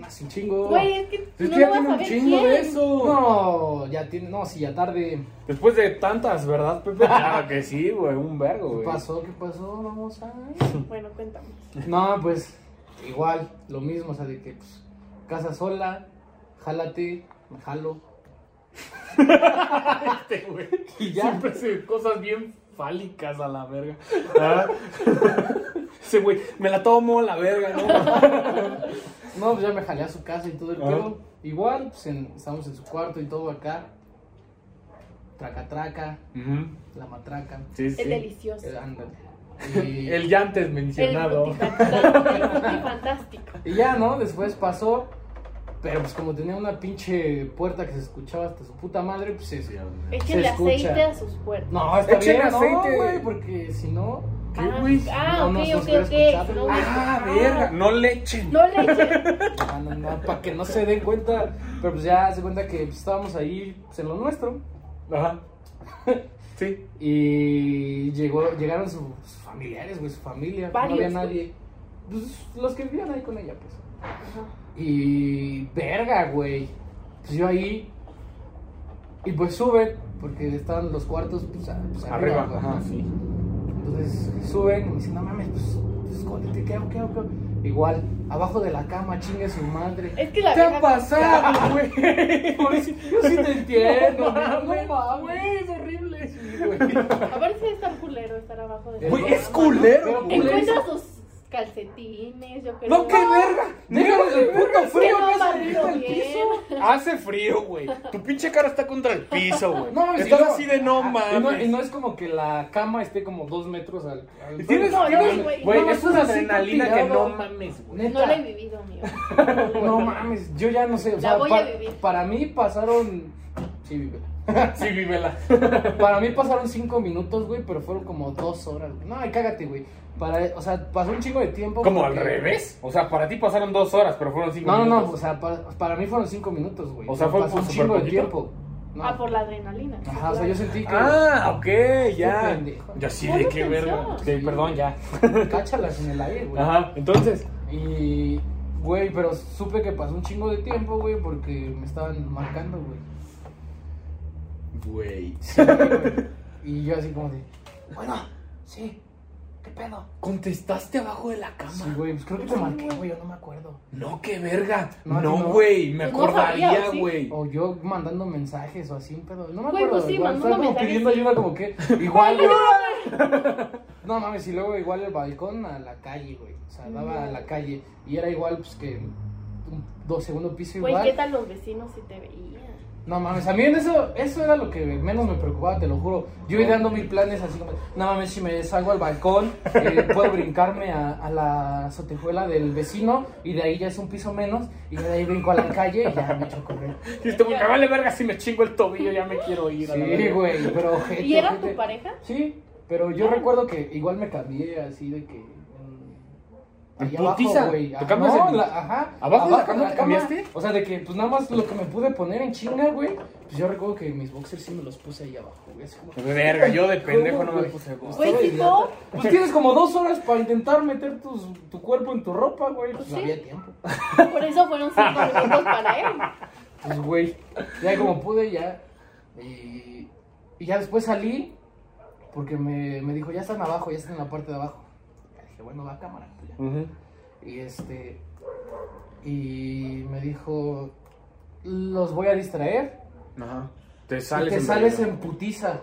[SPEAKER 3] Hace un
[SPEAKER 1] Oh.
[SPEAKER 3] chingo.
[SPEAKER 2] Güey, es que
[SPEAKER 1] Es
[SPEAKER 2] no
[SPEAKER 1] que
[SPEAKER 2] lo
[SPEAKER 1] ya
[SPEAKER 2] vas
[SPEAKER 1] tiene
[SPEAKER 2] a
[SPEAKER 1] un
[SPEAKER 2] ver
[SPEAKER 1] chingo
[SPEAKER 2] quién.
[SPEAKER 1] de eso.
[SPEAKER 3] No, ya tiene. No, si ya tarde.
[SPEAKER 1] Después de tantas, ¿verdad, Pepe? Claro que sí, güey, un vergo,
[SPEAKER 3] ¿Qué
[SPEAKER 1] güey.
[SPEAKER 3] pasó? ¿Qué pasó? Vamos a.
[SPEAKER 2] Bueno, cuéntame.
[SPEAKER 3] No, pues igual, lo mismo, o sea, de que pues, casa sola, jálate, me jalo.
[SPEAKER 1] Este, güey.
[SPEAKER 3] Y ya.
[SPEAKER 1] Siempre hace cosas bien fálicas a la verga. Ah. Ese güey, me la tomo la verga, ¿no?
[SPEAKER 3] No, pues ya me jalé a su casa y todo el
[SPEAKER 1] Ajá.
[SPEAKER 3] pedo. Igual, pues en- estamos en su cuarto y todo acá. Traca, traca,
[SPEAKER 1] Ujú.
[SPEAKER 3] la matraca.
[SPEAKER 1] Sí, sí.
[SPEAKER 2] Es delicioso.
[SPEAKER 3] Eh,
[SPEAKER 2] El
[SPEAKER 3] ándale. Y,
[SPEAKER 1] El ya antes mencionado.
[SPEAKER 2] frutifantástico, el fantástico.
[SPEAKER 3] y ya, ¿no? Después pasó. Pero pues como tenía una pinche puerta que se escuchaba hasta su puta madre, pues se- se-
[SPEAKER 2] Échenle
[SPEAKER 3] escucha.
[SPEAKER 2] aceite a sus puertas.
[SPEAKER 3] No, está
[SPEAKER 1] Echen
[SPEAKER 3] bien,
[SPEAKER 1] aceite.
[SPEAKER 3] no, güey, porque si no...
[SPEAKER 1] ¿Qué, güey?
[SPEAKER 2] Ah,
[SPEAKER 3] No, no,
[SPEAKER 2] ok,
[SPEAKER 3] no
[SPEAKER 2] ok,
[SPEAKER 3] se hubiera
[SPEAKER 2] ok.
[SPEAKER 3] escuchado.
[SPEAKER 2] No,
[SPEAKER 1] Ah, verga. No le echen.
[SPEAKER 2] No le echen.
[SPEAKER 3] Ah, no, no, para que no se den cuenta. Pero pues ya se cuenta que pues, estábamos ahí pues, en lo nuestro.
[SPEAKER 1] Ajá. Sí.
[SPEAKER 3] Y llegó, llegaron sus familiares, güey, su familia. pues,
[SPEAKER 2] Varios,
[SPEAKER 3] No había
[SPEAKER 2] güey.
[SPEAKER 3] nadie. Pues, los que vivían ahí con ella, pues. Y verga, güey. Pues yo ahí. Y pues suben, porque estaban los cuartos pues, a- pues, arriba.
[SPEAKER 1] Arriba.
[SPEAKER 3] güey.
[SPEAKER 1] Ajá, sí.
[SPEAKER 3] Entonces suben y me dicen, no mames, pues, pues escóndete, ¿qué hago, qué hago, qué hago?". Igual, abajo de la cama, chingue su madre. Ah,
[SPEAKER 2] Es que la
[SPEAKER 1] ¿Qué ha
[SPEAKER 2] vieja
[SPEAKER 1] pasado, güey?
[SPEAKER 3] Yo sí te entiendo, no,
[SPEAKER 1] mames,
[SPEAKER 3] mames.
[SPEAKER 1] es horrible.
[SPEAKER 2] Aparte sí está culero estar abajo de la
[SPEAKER 1] Güey,
[SPEAKER 2] cama,
[SPEAKER 1] es culero,
[SPEAKER 2] ¿no?
[SPEAKER 1] güey.
[SPEAKER 2] Encuentra sus calcetines, yo creo.
[SPEAKER 1] No, qué verga. Déjalo el puto frío
[SPEAKER 2] no
[SPEAKER 1] que
[SPEAKER 2] ha
[SPEAKER 1] hace ahorita el
[SPEAKER 2] barrido bien.
[SPEAKER 1] piso. Hace frío, güey. Tu pinche cara está contra el piso, güey.
[SPEAKER 3] No, mames,
[SPEAKER 1] Estás
[SPEAKER 3] y luego-
[SPEAKER 1] así de no
[SPEAKER 3] ah, Y no, y
[SPEAKER 1] mames.
[SPEAKER 3] no es como que la cama esté como dos metros al. al-
[SPEAKER 1] Tienes,
[SPEAKER 2] No, no,
[SPEAKER 1] tienes-
[SPEAKER 2] güey.
[SPEAKER 1] güey,
[SPEAKER 3] No,
[SPEAKER 1] es
[SPEAKER 3] estás
[SPEAKER 1] una
[SPEAKER 3] así
[SPEAKER 1] adrenalina que
[SPEAKER 3] tirado.
[SPEAKER 1] no mames, güey.
[SPEAKER 2] No
[SPEAKER 3] Neta.
[SPEAKER 2] la he vivido, amigo.
[SPEAKER 3] No mames, yo ya no sé. O
[SPEAKER 2] La
[SPEAKER 3] sea,
[SPEAKER 2] voy a
[SPEAKER 3] para,
[SPEAKER 2] vivir.
[SPEAKER 3] para mí pasaron. Sí, vívela.
[SPEAKER 1] Sí, vívela.
[SPEAKER 3] Para mí pasaron cinco minutos, güey, pero fueron como dos horas. güey. No, ay, cágate, güey. Para, o sea, pasó un chingo de tiempo.
[SPEAKER 1] Como al
[SPEAKER 3] porque-
[SPEAKER 1] revés. O sea, para ti pasaron dos horas, pero fueron cinco
[SPEAKER 3] No, pues, no,
[SPEAKER 1] minutos.
[SPEAKER 3] no, o sea, pa- para mí fueron cinco minutos, güey.
[SPEAKER 1] O sea, fue
[SPEAKER 3] pasó un
[SPEAKER 1] súper
[SPEAKER 3] chingo de
[SPEAKER 1] poquito.
[SPEAKER 3] tiempo. No.
[SPEAKER 2] Ah, por la adrenalina. sí,
[SPEAKER 3] Ajá, o sea,
[SPEAKER 2] claro.
[SPEAKER 3] yo sentí que.
[SPEAKER 1] Ah, ok, ya.
[SPEAKER 3] pendejo.
[SPEAKER 1] Yo sí,
[SPEAKER 2] Ponle
[SPEAKER 1] de qué verga.
[SPEAKER 2] atención.
[SPEAKER 1] Sí, perdón, ya.
[SPEAKER 3] Cáchalas en el aire, güey.
[SPEAKER 1] Ajá, entonces.
[SPEAKER 3] Y, güey, pero supe que pasó un chingo de tiempo, güey, porque me estaban marcando, güey.
[SPEAKER 1] Güey.
[SPEAKER 3] Y yo así como de, bueno, sí, ¿qué pedo?
[SPEAKER 1] Contestaste abajo de la
[SPEAKER 3] Sí,
[SPEAKER 1] cama.
[SPEAKER 3] güey, pues creo que te marqué, güey, yo no me acuerdo.
[SPEAKER 1] no, qué verga.
[SPEAKER 3] No,
[SPEAKER 1] No,
[SPEAKER 3] no.
[SPEAKER 1] güey, me
[SPEAKER 2] Pues no
[SPEAKER 1] acordaría,
[SPEAKER 2] sabía, ¿sí?
[SPEAKER 1] güey.
[SPEAKER 3] O yo mandando mensajes o así, pero no me
[SPEAKER 2] Güey,
[SPEAKER 3] acuerdo.
[SPEAKER 2] pues sí,
[SPEAKER 3] igual,
[SPEAKER 2] mandando
[SPEAKER 3] estaba como
[SPEAKER 2] mensajes.
[SPEAKER 3] pidiendo ayuda como que, igual, güey. No mames, y luego igual el balcón a la calle, güey. O sea, daba a
[SPEAKER 2] Mm.
[SPEAKER 3] la calle. Y era igual, pues que un dos segundo piso
[SPEAKER 2] Güey, ¿qué
[SPEAKER 3] igual.
[SPEAKER 2] tal los vecinos si te veían?
[SPEAKER 3] No mames, a mí en eso, eso era lo que menos me preocupaba, te lo juro. Yo ideando mil planes así como, no mames, si me salgo al balcón, eh, puedo brincarme a, a la azotejuela del vecino y de ahí ya es un piso menos y de ahí brinco a la calle y ya me echo a correr.
[SPEAKER 1] Y esto me vale verga si me chingo el tobillo, ya me quiero ir. a la
[SPEAKER 3] Sí,
[SPEAKER 1] verga.
[SPEAKER 3] güey, pero ojete,
[SPEAKER 2] ¿Y era
[SPEAKER 3] ojete.
[SPEAKER 2] tu pareja?
[SPEAKER 3] Sí, pero yo recuerdo que igual me cambié así de que... mm,
[SPEAKER 1] ¿En
[SPEAKER 3] ahí abajo,
[SPEAKER 1] putiza?
[SPEAKER 3] güey.
[SPEAKER 1] ¿Te
[SPEAKER 3] Ajá,
[SPEAKER 1] cambias
[SPEAKER 3] no,
[SPEAKER 1] en-
[SPEAKER 3] la- ajá.
[SPEAKER 1] ¿Abajo de la cama
[SPEAKER 3] en
[SPEAKER 1] te cambiaste?
[SPEAKER 3] O sea, de que pues nada más lo que me pude poner en chinga, güey. Pues yo recuerdo que mis boxers sí me los puse ahí abajo, güey. así como-
[SPEAKER 1] Pues, Verga, yo de pendejo no me
[SPEAKER 3] güey?
[SPEAKER 1] puse. güey.
[SPEAKER 2] Güey,
[SPEAKER 3] Estaba
[SPEAKER 2] tipo,
[SPEAKER 3] idiota. Pues tienes como dos horas para intentar meter tus, tu cuerpo en tu ropa, güey. Pues
[SPEAKER 2] Pues
[SPEAKER 3] no
[SPEAKER 2] sí.
[SPEAKER 3] había tiempo.
[SPEAKER 2] por eso fueron cinco minutos para él.
[SPEAKER 3] Pues, güey, ya como pude, ya. Y, y ya después salí, porque me, me dijo, ya están abajo, ya están en la parte de abajo. Ya dije, bueno, va a cámara. pues ya.
[SPEAKER 1] Ujú.
[SPEAKER 3] Y este. Y me dijo, los voy a distraer.
[SPEAKER 1] Ajá. Te
[SPEAKER 3] y
[SPEAKER 1] sales
[SPEAKER 3] te
[SPEAKER 1] en
[SPEAKER 3] sales
[SPEAKER 1] verga.
[SPEAKER 3] en putiza.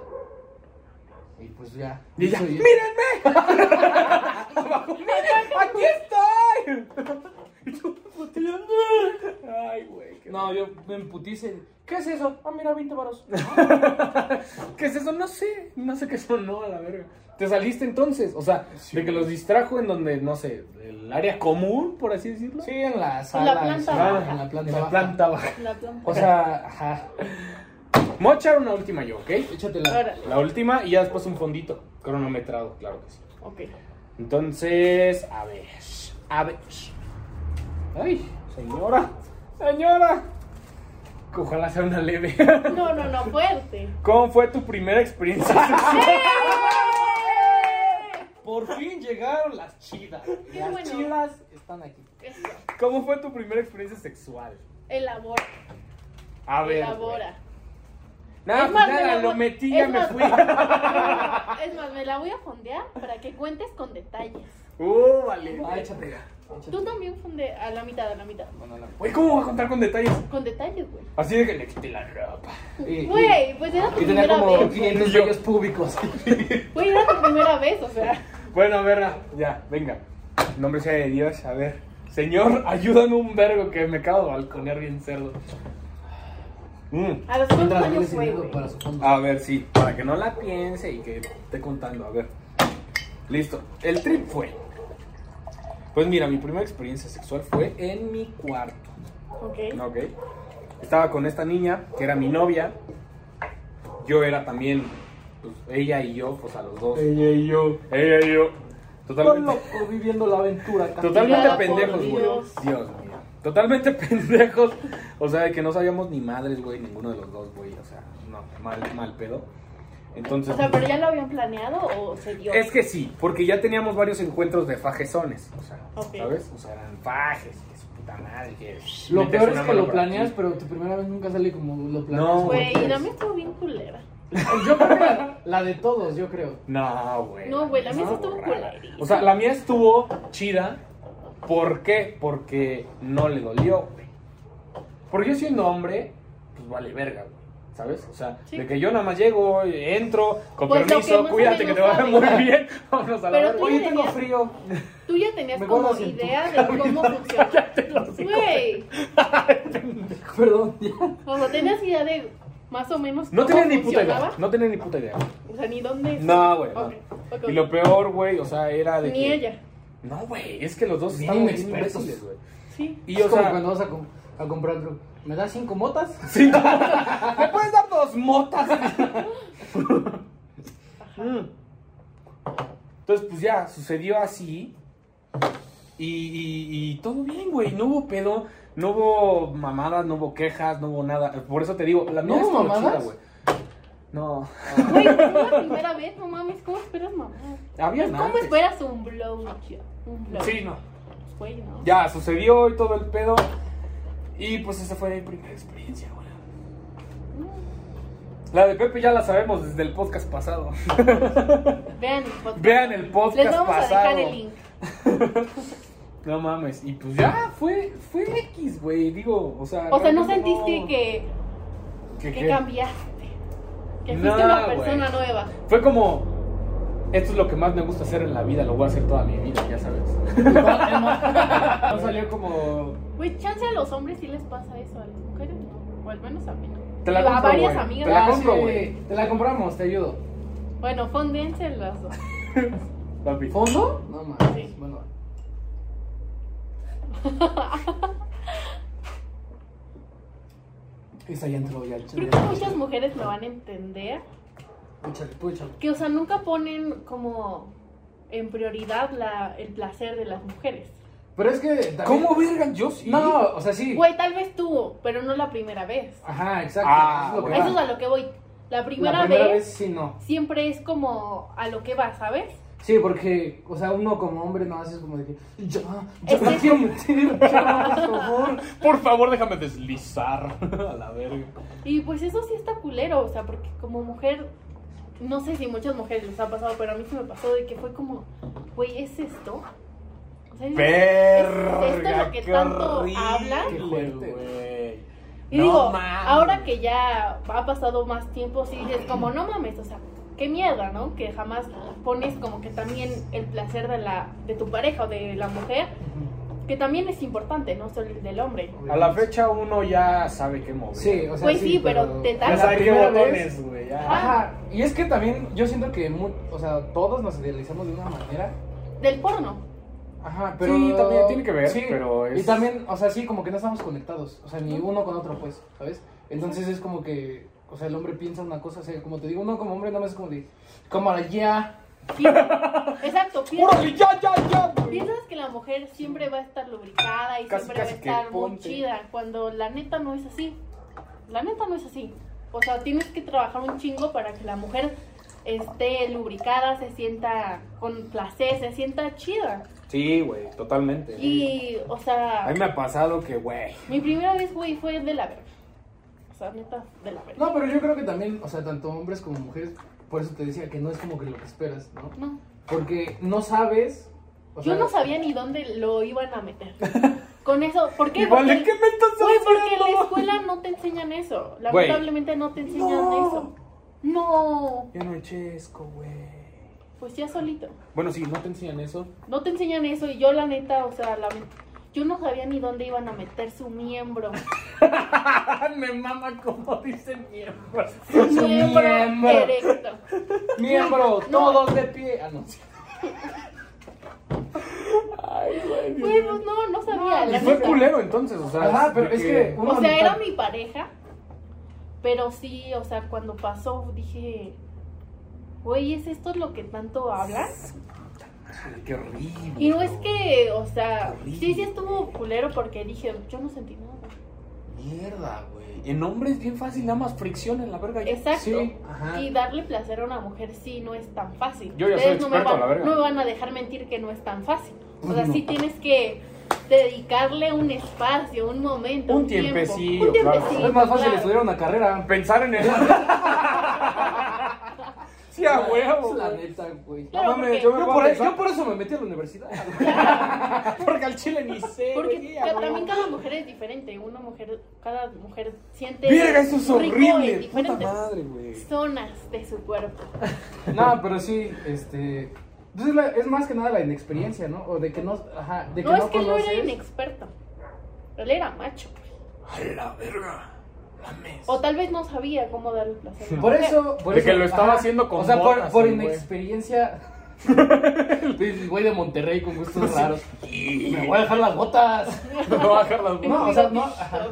[SPEAKER 3] Y pues ya.
[SPEAKER 1] Y ella,
[SPEAKER 3] Soy-
[SPEAKER 1] ¡Aquí estoy! Y yo, puteando. Ay, güey. qué-
[SPEAKER 3] No, yo me emputice. ¿Qué es eso? Ah, mira, 20 varos.
[SPEAKER 1] ¿Qué es eso? No sé. No sé qué sonó a la verga. Te saliste entonces. O sea, de que los distrajo en donde, no sé, el área común, por así decirlo. Ah,
[SPEAKER 3] Sí, en la
[SPEAKER 2] En
[SPEAKER 3] sala.
[SPEAKER 2] la planta
[SPEAKER 3] sí,
[SPEAKER 2] baja.
[SPEAKER 3] En la planta
[SPEAKER 1] En la
[SPEAKER 3] baja.
[SPEAKER 1] planta baja.
[SPEAKER 2] La planta.
[SPEAKER 3] O sea, ajá.
[SPEAKER 1] Mocha, una última yo, ¿ok?
[SPEAKER 3] Échatela.
[SPEAKER 2] Órale.
[SPEAKER 1] La última y ya después un fondito. Cronometrado, claro que sí.
[SPEAKER 2] Ok.
[SPEAKER 1] Entonces, a ver. A ver. Ay, señora. Señora. Ojalá sea una leve.
[SPEAKER 2] No, no, no, fuerte.
[SPEAKER 1] ¿Cómo fue tu primera experiencia sexual?
[SPEAKER 3] Por fin llegaron las chidas.
[SPEAKER 2] Qué
[SPEAKER 3] las
[SPEAKER 2] bueno.
[SPEAKER 3] chidas están aquí.
[SPEAKER 2] Eso.
[SPEAKER 1] ¿Cómo fue tu primera experiencia sexual?
[SPEAKER 2] Elabora,
[SPEAKER 1] A ver.
[SPEAKER 2] elabora.
[SPEAKER 1] güey. Nada, pues
[SPEAKER 2] Es más,
[SPEAKER 1] nada,
[SPEAKER 2] me la
[SPEAKER 1] lo
[SPEAKER 2] voy-
[SPEAKER 1] metí,
[SPEAKER 2] es
[SPEAKER 1] ya me
[SPEAKER 2] más-
[SPEAKER 1] fui.
[SPEAKER 2] Es más, me la voy a fondear para que cuentes con detalles.
[SPEAKER 1] Uh, vale.
[SPEAKER 3] Ah, échatela. échatela.
[SPEAKER 2] Tú también funde a la mitad, a la mitad.
[SPEAKER 3] Bueno, la-
[SPEAKER 1] Güey, ¿cómo voy a contar con detalles?
[SPEAKER 2] Con detalles, güey.
[SPEAKER 1] Así de que le quité la ropa.
[SPEAKER 3] Y- y-
[SPEAKER 2] Güey, pues era tu
[SPEAKER 3] Y tenía
[SPEAKER 2] primera
[SPEAKER 3] como
[SPEAKER 2] vez.
[SPEAKER 3] 500
[SPEAKER 1] Yo.
[SPEAKER 3] bellos públicos.
[SPEAKER 2] Güey, era tu primera vez, o sea.
[SPEAKER 1] Bueno, a ver, ah, ya, venga. En Nombre sea de Dios, a ver. Señor, ayúdame un vergo que me acabo de balconear bien cerdo. Mm.
[SPEAKER 2] A los cuántos
[SPEAKER 3] Mientras
[SPEAKER 2] años
[SPEAKER 3] les
[SPEAKER 2] fue,
[SPEAKER 3] digo
[SPEAKER 2] güey.
[SPEAKER 3] para su fondo.
[SPEAKER 1] A ver, sí, para que no la piense y que esté contando, a ver. Listo, el trip fue. Pues mira, mi primera experiencia sexual fue en mi cuarto.
[SPEAKER 2] Ok.
[SPEAKER 1] Ok. Estaba con esta niña, que era mi novia. Yo era también, pues ella y yo, pues a los dos.
[SPEAKER 3] Ella y yo.
[SPEAKER 1] Ella y yo.
[SPEAKER 3] Todo
[SPEAKER 1] Totalmente.
[SPEAKER 3] loco viviendo la aventura. acá.
[SPEAKER 1] Totalmente
[SPEAKER 2] Ya, por
[SPEAKER 1] pendejos, güey. Dios.
[SPEAKER 2] Dios.
[SPEAKER 1] mío. Totalmente pendejos. O sea, de que no sabíamos ni madres, güey, ninguno de los dos, güey. O sea, no, mal, mal pedo. Entonces.
[SPEAKER 2] O sea, pero ya lo habían planeado o se dio.
[SPEAKER 1] Es que sí, porque ya teníamos varios encuentros de fajezones. O sea,
[SPEAKER 2] Ok.
[SPEAKER 1] ¿sabes? O sea, eran fajes, que su puta madre, que.
[SPEAKER 3] Lo
[SPEAKER 1] metes
[SPEAKER 3] peor
[SPEAKER 1] una
[SPEAKER 3] es que
[SPEAKER 1] mano
[SPEAKER 3] lo
[SPEAKER 1] por
[SPEAKER 3] planeas,
[SPEAKER 1] aquí.
[SPEAKER 3] pero tu primera vez nunca sale como lo
[SPEAKER 1] No,
[SPEAKER 3] planeas.
[SPEAKER 2] Güey, y la mía estuvo bien culera.
[SPEAKER 3] Yo creo que la- la de todos, yo creo.
[SPEAKER 1] No, güey.
[SPEAKER 2] No, güey, la mía sí
[SPEAKER 1] no,
[SPEAKER 2] estuvo
[SPEAKER 1] borrada.
[SPEAKER 2] culerísima.
[SPEAKER 1] O sea, la mía estuvo chida. ¿Por qué? Porque no le dolió, güey. Porque yo siendo hombre, pues vale verga, güey. ¿Sabes? O sea,
[SPEAKER 2] Sí.
[SPEAKER 1] de que yo nada más llego, entro, con
[SPEAKER 2] Pues lo que
[SPEAKER 1] permiso,
[SPEAKER 2] más o
[SPEAKER 1] cuídate que
[SPEAKER 2] menos
[SPEAKER 1] te va a ver
[SPEAKER 2] sabe.
[SPEAKER 1] muy bien. Vámonos a la
[SPEAKER 2] Pero
[SPEAKER 1] verga.
[SPEAKER 2] tú
[SPEAKER 1] Oye,
[SPEAKER 2] ya
[SPEAKER 1] tengo
[SPEAKER 2] tenías-
[SPEAKER 1] frío.
[SPEAKER 2] Tú ya tenías
[SPEAKER 3] Me
[SPEAKER 2] como
[SPEAKER 3] guardas en tu
[SPEAKER 2] idea de cómo funciona. Güey.
[SPEAKER 3] Perdón, ya.
[SPEAKER 2] O sea, tenías idea de más o menos
[SPEAKER 1] No
[SPEAKER 2] cómo
[SPEAKER 1] tenía ni puta idea.
[SPEAKER 2] funcionaba?
[SPEAKER 1] No tenía ni puta idea.
[SPEAKER 2] O sea, ni dónde.
[SPEAKER 1] No, güey. no.
[SPEAKER 2] Ok, ok,
[SPEAKER 1] Y lo
[SPEAKER 2] ok.
[SPEAKER 1] peor, güey, o sea, era de
[SPEAKER 2] Ni
[SPEAKER 1] que-
[SPEAKER 2] ella.
[SPEAKER 1] No, güey, es que los dos
[SPEAKER 3] Bien
[SPEAKER 1] estaban bien
[SPEAKER 3] inexpertos.
[SPEAKER 1] imbéciles, güey.
[SPEAKER 2] Sí.
[SPEAKER 1] Y
[SPEAKER 3] es
[SPEAKER 1] o
[SPEAKER 3] como
[SPEAKER 1] sea,
[SPEAKER 3] cuando vas a, com- a comprar algo. ¿Me das cinco motas?
[SPEAKER 1] Cinco motas. ¿Me puedes dar dos motas? Mm. Entonces, pues ya, sucedió así. Y, y- y todo bien, güey. No hubo pedo, no hubo mamadas, no hubo quejas, no hubo nada. Por eso te digo, la
[SPEAKER 3] ¿No
[SPEAKER 1] mía
[SPEAKER 3] hubo
[SPEAKER 1] estuvo
[SPEAKER 3] mamadas?
[SPEAKER 1] chida, güey. No,
[SPEAKER 2] Güey, es la primera vez, no mames, ¿cómo esperas mamá?
[SPEAKER 1] había Ah. nada.
[SPEAKER 2] ¿Cómo esperas un blow job? Un blow Pues,
[SPEAKER 1] Sí, no.
[SPEAKER 2] Güey, no.
[SPEAKER 1] Ya, sucedió y todo el pedo. Y pues esa fue mi primera experiencia, güey.
[SPEAKER 2] Mm.
[SPEAKER 1] La de Pepe ya la sabemos desde el podcast pasado.
[SPEAKER 2] Vean el podcast.
[SPEAKER 1] Vean el podcast
[SPEAKER 2] Les vamos
[SPEAKER 1] pasado.
[SPEAKER 2] a dejar el link.
[SPEAKER 1] No mames, y pues ya fue fue X, güey, digo, o sea,
[SPEAKER 2] O sea, ¿no
[SPEAKER 1] realmente
[SPEAKER 2] sentiste que,
[SPEAKER 1] que,
[SPEAKER 2] que
[SPEAKER 1] que-
[SPEAKER 2] cambiaste? Que fuiste
[SPEAKER 1] No,
[SPEAKER 2] una
[SPEAKER 1] güey.
[SPEAKER 2] persona nueva.
[SPEAKER 1] fue como esto es lo que más me gusta hacer en la vida, lo voy a hacer toda mi vida, ya sabes. no salió como
[SPEAKER 2] Güey, chance a los hombres sí les pasa eso, a las mujeres no. O al menos a mí no.
[SPEAKER 1] Te la
[SPEAKER 2] Digo, a
[SPEAKER 1] compro,
[SPEAKER 2] varias
[SPEAKER 1] güey.
[SPEAKER 2] amigas.
[SPEAKER 1] Te la
[SPEAKER 3] Ah,
[SPEAKER 1] compro,
[SPEAKER 3] sí,
[SPEAKER 1] güey.
[SPEAKER 3] Te la compramos, te ayudo.
[SPEAKER 2] Bueno, fondense las dos.
[SPEAKER 1] papi.
[SPEAKER 3] ¿Fondo? No mames.
[SPEAKER 2] Sí.
[SPEAKER 3] Bueno. Esa ya entró ya.
[SPEAKER 2] Creo que muchas mujeres me van a entender
[SPEAKER 3] Púchale, púchale.
[SPEAKER 2] que, o sea, nunca ponen como en prioridad la, el placer de las mujeres.
[SPEAKER 3] Pero es que. también-
[SPEAKER 1] ¿Cómo vergan yo sí?
[SPEAKER 3] No, o sea, sí.
[SPEAKER 2] Güey, tal vez tú, pero no la primera vez.
[SPEAKER 3] Ajá, exacto.
[SPEAKER 1] Ah,
[SPEAKER 3] eso es lo que
[SPEAKER 1] güey.
[SPEAKER 2] Eso
[SPEAKER 3] va.
[SPEAKER 2] es a lo que voy. La primera,
[SPEAKER 3] la primera
[SPEAKER 2] vez,
[SPEAKER 3] vez sí, no.
[SPEAKER 2] siempre es como a lo que va, ¿sabes?
[SPEAKER 3] Sí, porque, o sea, uno como hombre no hace como de que, ya, ya
[SPEAKER 2] Es que-
[SPEAKER 3] me quiero meter, ya, por favor.
[SPEAKER 1] Por favor, déjame deslizar a la verga.
[SPEAKER 2] Y pues eso sí está culero, o sea, porque como mujer, no sé si muchas mujeres les ha pasado, pero a mí sí me pasó de que fue como, güey, ¿es esto? O sea, es- es esto lo que tanto hablan.
[SPEAKER 1] Qué
[SPEAKER 3] fuerte,
[SPEAKER 1] güey.
[SPEAKER 2] Y
[SPEAKER 1] No
[SPEAKER 2] digo,
[SPEAKER 1] mames.
[SPEAKER 2] ahora que ya ha pasado más tiempo, sí dices como, no mames, o sea, qué mierda, ¿no? Que jamás pones como que también el placer de la de tu pareja o de la mujer, que también es importante, no solo el del hombre.
[SPEAKER 1] A la fecha uno ya sabe qué mover.
[SPEAKER 3] Sí, o sea,
[SPEAKER 2] Güey, Pues sí, pero te
[SPEAKER 1] ya
[SPEAKER 2] la
[SPEAKER 1] sabe qué
[SPEAKER 3] primera
[SPEAKER 1] botones,
[SPEAKER 3] vez-
[SPEAKER 1] güey. ya.
[SPEAKER 2] Ah.
[SPEAKER 3] Ajá, y es que también yo siento que, mu- o sea, todos nos idealizamos de una manera.
[SPEAKER 2] Del porno.
[SPEAKER 3] Ajá, pero...
[SPEAKER 1] Sí, también tiene que ver, pero es-
[SPEAKER 3] Y también, o sea, sí, como que no estamos conectados, o sea, ni uno con otro, pues, ¿sabes? Entonces es como que, o sea, el hombre piensa una cosa, o sea, como te digo, uno como hombre nada más es como de, cámara, ya.
[SPEAKER 2] Sí, exacto, piensas,
[SPEAKER 1] ¡Órale, ya, ya, ya!
[SPEAKER 2] piensas que la mujer siempre va a estar lubricada y
[SPEAKER 1] Casi,
[SPEAKER 2] siempre
[SPEAKER 1] casi que
[SPEAKER 2] va a estar muy
[SPEAKER 1] ponte.
[SPEAKER 2] chida, cuando la neta no es así. La neta no es así. O sea, tienes que trabajar un chingo para que la mujer esté lubricada, se sienta con placer, se sienta chida.
[SPEAKER 1] Sí, güey, totalmente.
[SPEAKER 2] Y, o
[SPEAKER 1] A
[SPEAKER 2] sea,
[SPEAKER 1] mí me ha pasado que, güey.
[SPEAKER 2] mi primera vez, güey, fue de la verga. O sea, neta, de la verga.
[SPEAKER 3] No, pero yo creo que también, o sea, tanto hombres como mujeres, por eso te decía que no es como que lo que esperas, ¿no?
[SPEAKER 2] No.
[SPEAKER 3] Porque no sabes. o
[SPEAKER 2] Yo
[SPEAKER 3] sea,
[SPEAKER 2] no sabía ni dónde lo iban a meter. Con eso, ¿por qué?
[SPEAKER 1] Igual,
[SPEAKER 2] Porque-
[SPEAKER 1] ¿de qué me estás
[SPEAKER 2] Güey, porque en la
[SPEAKER 1] hablando?
[SPEAKER 2] escuela no te enseñan eso.
[SPEAKER 1] Güey.
[SPEAKER 2] Lamentablemente no te enseñan
[SPEAKER 1] No.
[SPEAKER 2] eso. No,
[SPEAKER 1] Yo no echesco, güey.
[SPEAKER 2] pues ya solito.
[SPEAKER 1] Bueno, sí, no te enseñan eso.
[SPEAKER 2] No te enseñan eso y yo la neta, o sea, la- yo no sabía ni dónde iban a meter su miembro.
[SPEAKER 1] me mama como dicen miembros.
[SPEAKER 2] Su
[SPEAKER 3] miembro.
[SPEAKER 2] erecto.
[SPEAKER 3] Miembro,
[SPEAKER 2] No.
[SPEAKER 3] todos de pie. Ah, no.
[SPEAKER 1] Ay, güey. Dios
[SPEAKER 2] Güey,
[SPEAKER 1] mío.
[SPEAKER 2] pues no, no sabía.
[SPEAKER 1] Y
[SPEAKER 2] la
[SPEAKER 1] fue
[SPEAKER 2] neta.
[SPEAKER 1] culero entonces, o sea.
[SPEAKER 3] Ajá, pero
[SPEAKER 1] de
[SPEAKER 3] es que uno
[SPEAKER 2] O sea,
[SPEAKER 3] mitad-
[SPEAKER 2] era mi pareja, pero sí, o sea, cuando pasó dije, güey, ¿es esto lo que tanto hablan?
[SPEAKER 1] Ay, Qué horrible.
[SPEAKER 2] Y no es que, o sea, sí, sí estuvo culero porque dije, yo no sentí nada.
[SPEAKER 1] Mierda, güey. En hombre es bien fácil, nada más fricción en la verga. ya.
[SPEAKER 2] Exacto.
[SPEAKER 3] Sí, ajá.
[SPEAKER 2] Y darle placer a una mujer sí no es tan fácil.
[SPEAKER 1] Ah. Yo ya soy
[SPEAKER 2] Ustedes no me
[SPEAKER 1] experto,
[SPEAKER 2] van-
[SPEAKER 1] la verga.
[SPEAKER 2] No me van a dejar mentir que no es tan fácil. O sea,
[SPEAKER 1] No.
[SPEAKER 2] sí tienes que dedicarle un espacio, un momento,
[SPEAKER 1] Un
[SPEAKER 2] un, tiempo.
[SPEAKER 1] tiempecillo,
[SPEAKER 2] un
[SPEAKER 1] claro.
[SPEAKER 2] tiempecillo,
[SPEAKER 3] es más fácil
[SPEAKER 2] claro.
[SPEAKER 3] estudiar una carrera.
[SPEAKER 1] Pensar en el. sí, a huevo.
[SPEAKER 3] Es la
[SPEAKER 1] güey.
[SPEAKER 3] neta, güey.
[SPEAKER 2] Claro,
[SPEAKER 1] No mames,
[SPEAKER 2] porque-
[SPEAKER 1] yo me voy
[SPEAKER 3] Yo
[SPEAKER 1] a
[SPEAKER 3] por,
[SPEAKER 1] pensar-
[SPEAKER 3] yo por eso me metí a la universidad.
[SPEAKER 1] Porque al chile ni sé.
[SPEAKER 2] Porque
[SPEAKER 1] güey,
[SPEAKER 2] ca-
[SPEAKER 1] a
[SPEAKER 2] también
[SPEAKER 1] huevo.
[SPEAKER 2] cada mujer es diferente. Una mujer, cada mujer siente.
[SPEAKER 1] Verga, eso es
[SPEAKER 2] rico
[SPEAKER 1] horrible.
[SPEAKER 2] en
[SPEAKER 1] Puta
[SPEAKER 2] diferentes
[SPEAKER 1] madre, güey.
[SPEAKER 2] zonas de su cuerpo.
[SPEAKER 3] no, pero sí, este. pues es, la- es más que nada la inexperiencia, ¿no? O de que no. Ajá, de que
[SPEAKER 2] No,
[SPEAKER 3] no,
[SPEAKER 2] es que él no
[SPEAKER 3] conoces.
[SPEAKER 2] era inexperto. Él era macho. pues.
[SPEAKER 1] A la verga. Mames.
[SPEAKER 2] O tal vez no sabía cómo darle placer. a una
[SPEAKER 3] Por
[SPEAKER 2] mujer.
[SPEAKER 3] eso. Por
[SPEAKER 1] De
[SPEAKER 3] eso-
[SPEAKER 1] que lo estaba haciendo con
[SPEAKER 3] O sea, por,
[SPEAKER 1] botas,
[SPEAKER 3] por
[SPEAKER 1] el güey.
[SPEAKER 3] inexperiencia. Güey de Monterrey con gustos raros. Me voy a dejar las botas.
[SPEAKER 1] No va a bajar las
[SPEAKER 2] Tengo
[SPEAKER 3] No, o sea, no,
[SPEAKER 2] bigotitos.
[SPEAKER 3] ajá.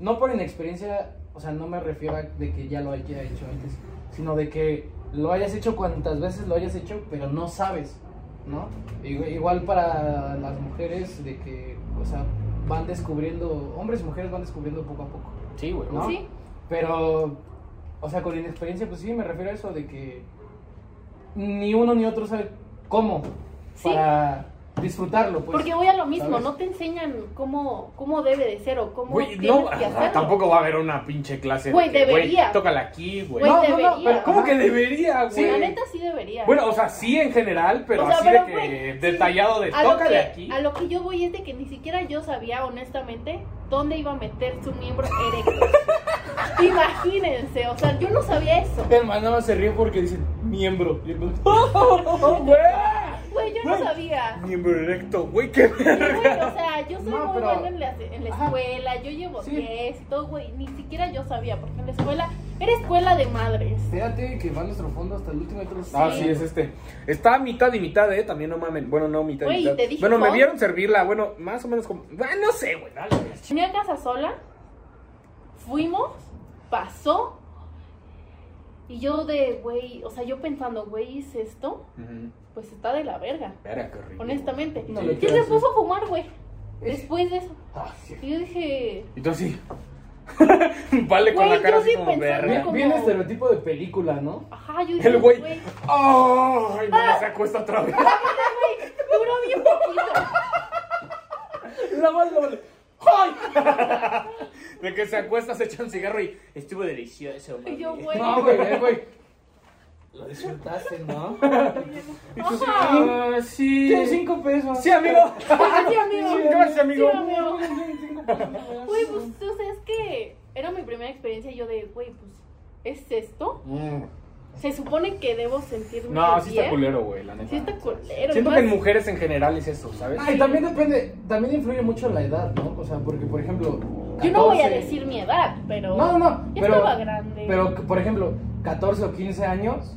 [SPEAKER 3] no por inexperiencia, o sea, no me refiero a de que ya lo haya hecho antes, sino de que lo hayas hecho cuantas veces lo hayas hecho, pero no sabes. ¿no? Igu- Igual para las mujeres, de que, o sea, van descubriendo, hombres y mujeres van descubriendo poco a poco.
[SPEAKER 1] Sí, güey.
[SPEAKER 3] ¿no?
[SPEAKER 2] Sí,
[SPEAKER 3] Pero, o sea, con inexperiencia, pues sí, me refiero a eso de que ni uno ni otro sabe cómo
[SPEAKER 2] Sí.
[SPEAKER 3] para disfrutarlo, pues.
[SPEAKER 2] porque voy a lo mismo,
[SPEAKER 3] ¿sabes?
[SPEAKER 2] no te enseñan cómo, cómo debe de ser o cómo
[SPEAKER 1] Güey,
[SPEAKER 2] tienes
[SPEAKER 1] no,
[SPEAKER 2] que
[SPEAKER 1] ah,
[SPEAKER 2] hacerlo.
[SPEAKER 1] tampoco va a haber una pinche clase. de
[SPEAKER 2] Güey,
[SPEAKER 1] que,
[SPEAKER 2] debería.
[SPEAKER 1] tócala aquí, güey.
[SPEAKER 2] Güey,
[SPEAKER 1] No,
[SPEAKER 2] debería.
[SPEAKER 3] pero
[SPEAKER 1] ¿Cómo que debería,
[SPEAKER 2] Sí,
[SPEAKER 1] güey?
[SPEAKER 2] la neta sí debería.
[SPEAKER 1] Bueno, o sea, sí en general, pero
[SPEAKER 2] O sea,
[SPEAKER 1] así
[SPEAKER 2] pero,
[SPEAKER 1] de que
[SPEAKER 2] güey,
[SPEAKER 1] detallado de
[SPEAKER 2] a lo,
[SPEAKER 1] tócale
[SPEAKER 2] que,
[SPEAKER 1] aquí.
[SPEAKER 2] a lo que yo voy es de que ni siquiera yo sabía honestamente dónde iba a meter su miembro erecto. Imagínense, o sea, yo no sabía eso.
[SPEAKER 3] El man nada más se ríe porque dicen miembro. Y el man,
[SPEAKER 1] Güey,
[SPEAKER 2] Güey, yo no
[SPEAKER 1] Güey.
[SPEAKER 2] sabía.
[SPEAKER 1] miembro erecto, güey, qué
[SPEAKER 2] Y, güey, o sea, yo soy
[SPEAKER 3] No,
[SPEAKER 2] muy
[SPEAKER 3] pero-
[SPEAKER 2] buena en la, en la
[SPEAKER 3] Ajá.
[SPEAKER 2] escuela, yo llevo
[SPEAKER 3] Sí.
[SPEAKER 2] 10 y todo, güey, ni siquiera yo sabía, porque en la escuela era escuela de madres.
[SPEAKER 3] Espérate que va a nuestro fondo hasta el último metro.
[SPEAKER 1] Ah,
[SPEAKER 2] Sí.
[SPEAKER 1] sí, es este. Está a mitad y mitad, ¿eh? También no mamen. Bueno, no, mitad
[SPEAKER 2] Güey,
[SPEAKER 1] y mitad.
[SPEAKER 2] te dije
[SPEAKER 1] bueno, me
[SPEAKER 2] todo.
[SPEAKER 1] vieron servirla. Bueno, más o menos como. Ah, no sé, güey. dale, güey.
[SPEAKER 2] Tenía casa sola, fuimos, pasó, y yo de, güey, o sea, yo pensando, güey, ¿es esto?
[SPEAKER 1] Ujú.
[SPEAKER 2] Pues está de la verga,
[SPEAKER 1] Verga, qué horrible.
[SPEAKER 2] honestamente.
[SPEAKER 3] No
[SPEAKER 1] Sí.
[SPEAKER 3] lo
[SPEAKER 2] ¿Quién se
[SPEAKER 3] Gracias.
[SPEAKER 2] puso a fumar, güey? Después de eso.
[SPEAKER 3] Ah, sí.
[SPEAKER 2] Y yo dije,
[SPEAKER 1] Y tú así. vale con
[SPEAKER 2] Güey,
[SPEAKER 1] la cara
[SPEAKER 2] yo
[SPEAKER 1] así
[SPEAKER 2] sí
[SPEAKER 1] como
[SPEAKER 2] pensando
[SPEAKER 1] verga.
[SPEAKER 2] como-
[SPEAKER 3] Bien estereotipo de película, ¿no?
[SPEAKER 2] ajá, yo dije,
[SPEAKER 1] El güey. ¡Ay! No
[SPEAKER 2] Ah.
[SPEAKER 1] me saco esta otra vez.
[SPEAKER 2] duró bien poquito.
[SPEAKER 3] La más la más-
[SPEAKER 1] De que se acuesta, se echa un cigarro y estuvo delicioso,
[SPEAKER 2] Y
[SPEAKER 1] mami.
[SPEAKER 2] yo, güey.
[SPEAKER 3] No, güey, eh, güey. Lo disfrutaste, ¿no?
[SPEAKER 2] Ajá.
[SPEAKER 1] Ah, sí.
[SPEAKER 3] Tienes cinco pesos.
[SPEAKER 1] Sí, amigo.
[SPEAKER 2] Sí, amigo.
[SPEAKER 1] Gracias, amigo.
[SPEAKER 2] Sí, amigo.
[SPEAKER 3] Cinco pesos.
[SPEAKER 2] Güey, pues, o sea, es que era mi primera experiencia y yo de, güey, pues, ¿es esto?
[SPEAKER 1] Mm.
[SPEAKER 2] Se supone que debo sentirme
[SPEAKER 1] No, sí
[SPEAKER 2] bien.
[SPEAKER 1] está culero, güey, la neta.
[SPEAKER 2] Sí está culero.
[SPEAKER 1] Siento
[SPEAKER 2] y
[SPEAKER 1] que en
[SPEAKER 2] más-
[SPEAKER 1] mujeres en general es eso, ¿sabes?
[SPEAKER 3] Ah, y también depende, también influye mucho la edad, ¿no? O sea, porque, por ejemplo.
[SPEAKER 2] Yo no voy a
[SPEAKER 3] 14.
[SPEAKER 2] decir mi edad, pero...
[SPEAKER 3] No, no, no.
[SPEAKER 2] Ya
[SPEAKER 3] pero,
[SPEAKER 2] estaba grande.
[SPEAKER 3] Pero, por ejemplo, 14 o 15 años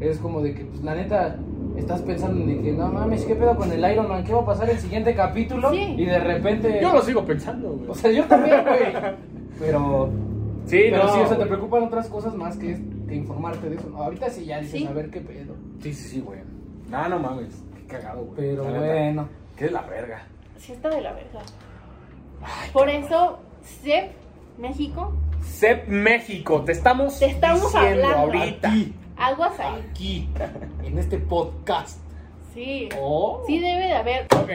[SPEAKER 3] es como de que, pues, la neta, estás pensando de que, no mames, ¿qué pedo con el Iron Man? ¿Qué va a pasar el siguiente capítulo?
[SPEAKER 2] Sí.
[SPEAKER 3] Y de repente.
[SPEAKER 1] Yo lo sigo pensando, güey.
[SPEAKER 3] O sea, yo también, güey. Pero.
[SPEAKER 1] sí,
[SPEAKER 3] pero
[SPEAKER 1] no.
[SPEAKER 3] sí, o sea, te preocupan otras cosas más que, que informarte de eso. Ahorita sí ya dices,
[SPEAKER 2] Sí.
[SPEAKER 3] a ver qué pedo.
[SPEAKER 1] Sí, sí, sí, güey. No, no mames. Qué cagado, güey.
[SPEAKER 3] Pero
[SPEAKER 1] La neta.
[SPEAKER 3] bueno.
[SPEAKER 1] Qué de la verga.
[SPEAKER 2] Sí está de la verga. Por eso, SEP México,
[SPEAKER 1] CEP México, te estamos
[SPEAKER 2] Te estamos
[SPEAKER 1] diciendo
[SPEAKER 2] hablando.
[SPEAKER 1] ahorita.
[SPEAKER 3] Aquí,
[SPEAKER 2] aguas ahí.
[SPEAKER 1] Aquí.
[SPEAKER 3] en este podcast.
[SPEAKER 2] Sí.
[SPEAKER 3] Oh.
[SPEAKER 2] Sí debe de haber.
[SPEAKER 1] Ok.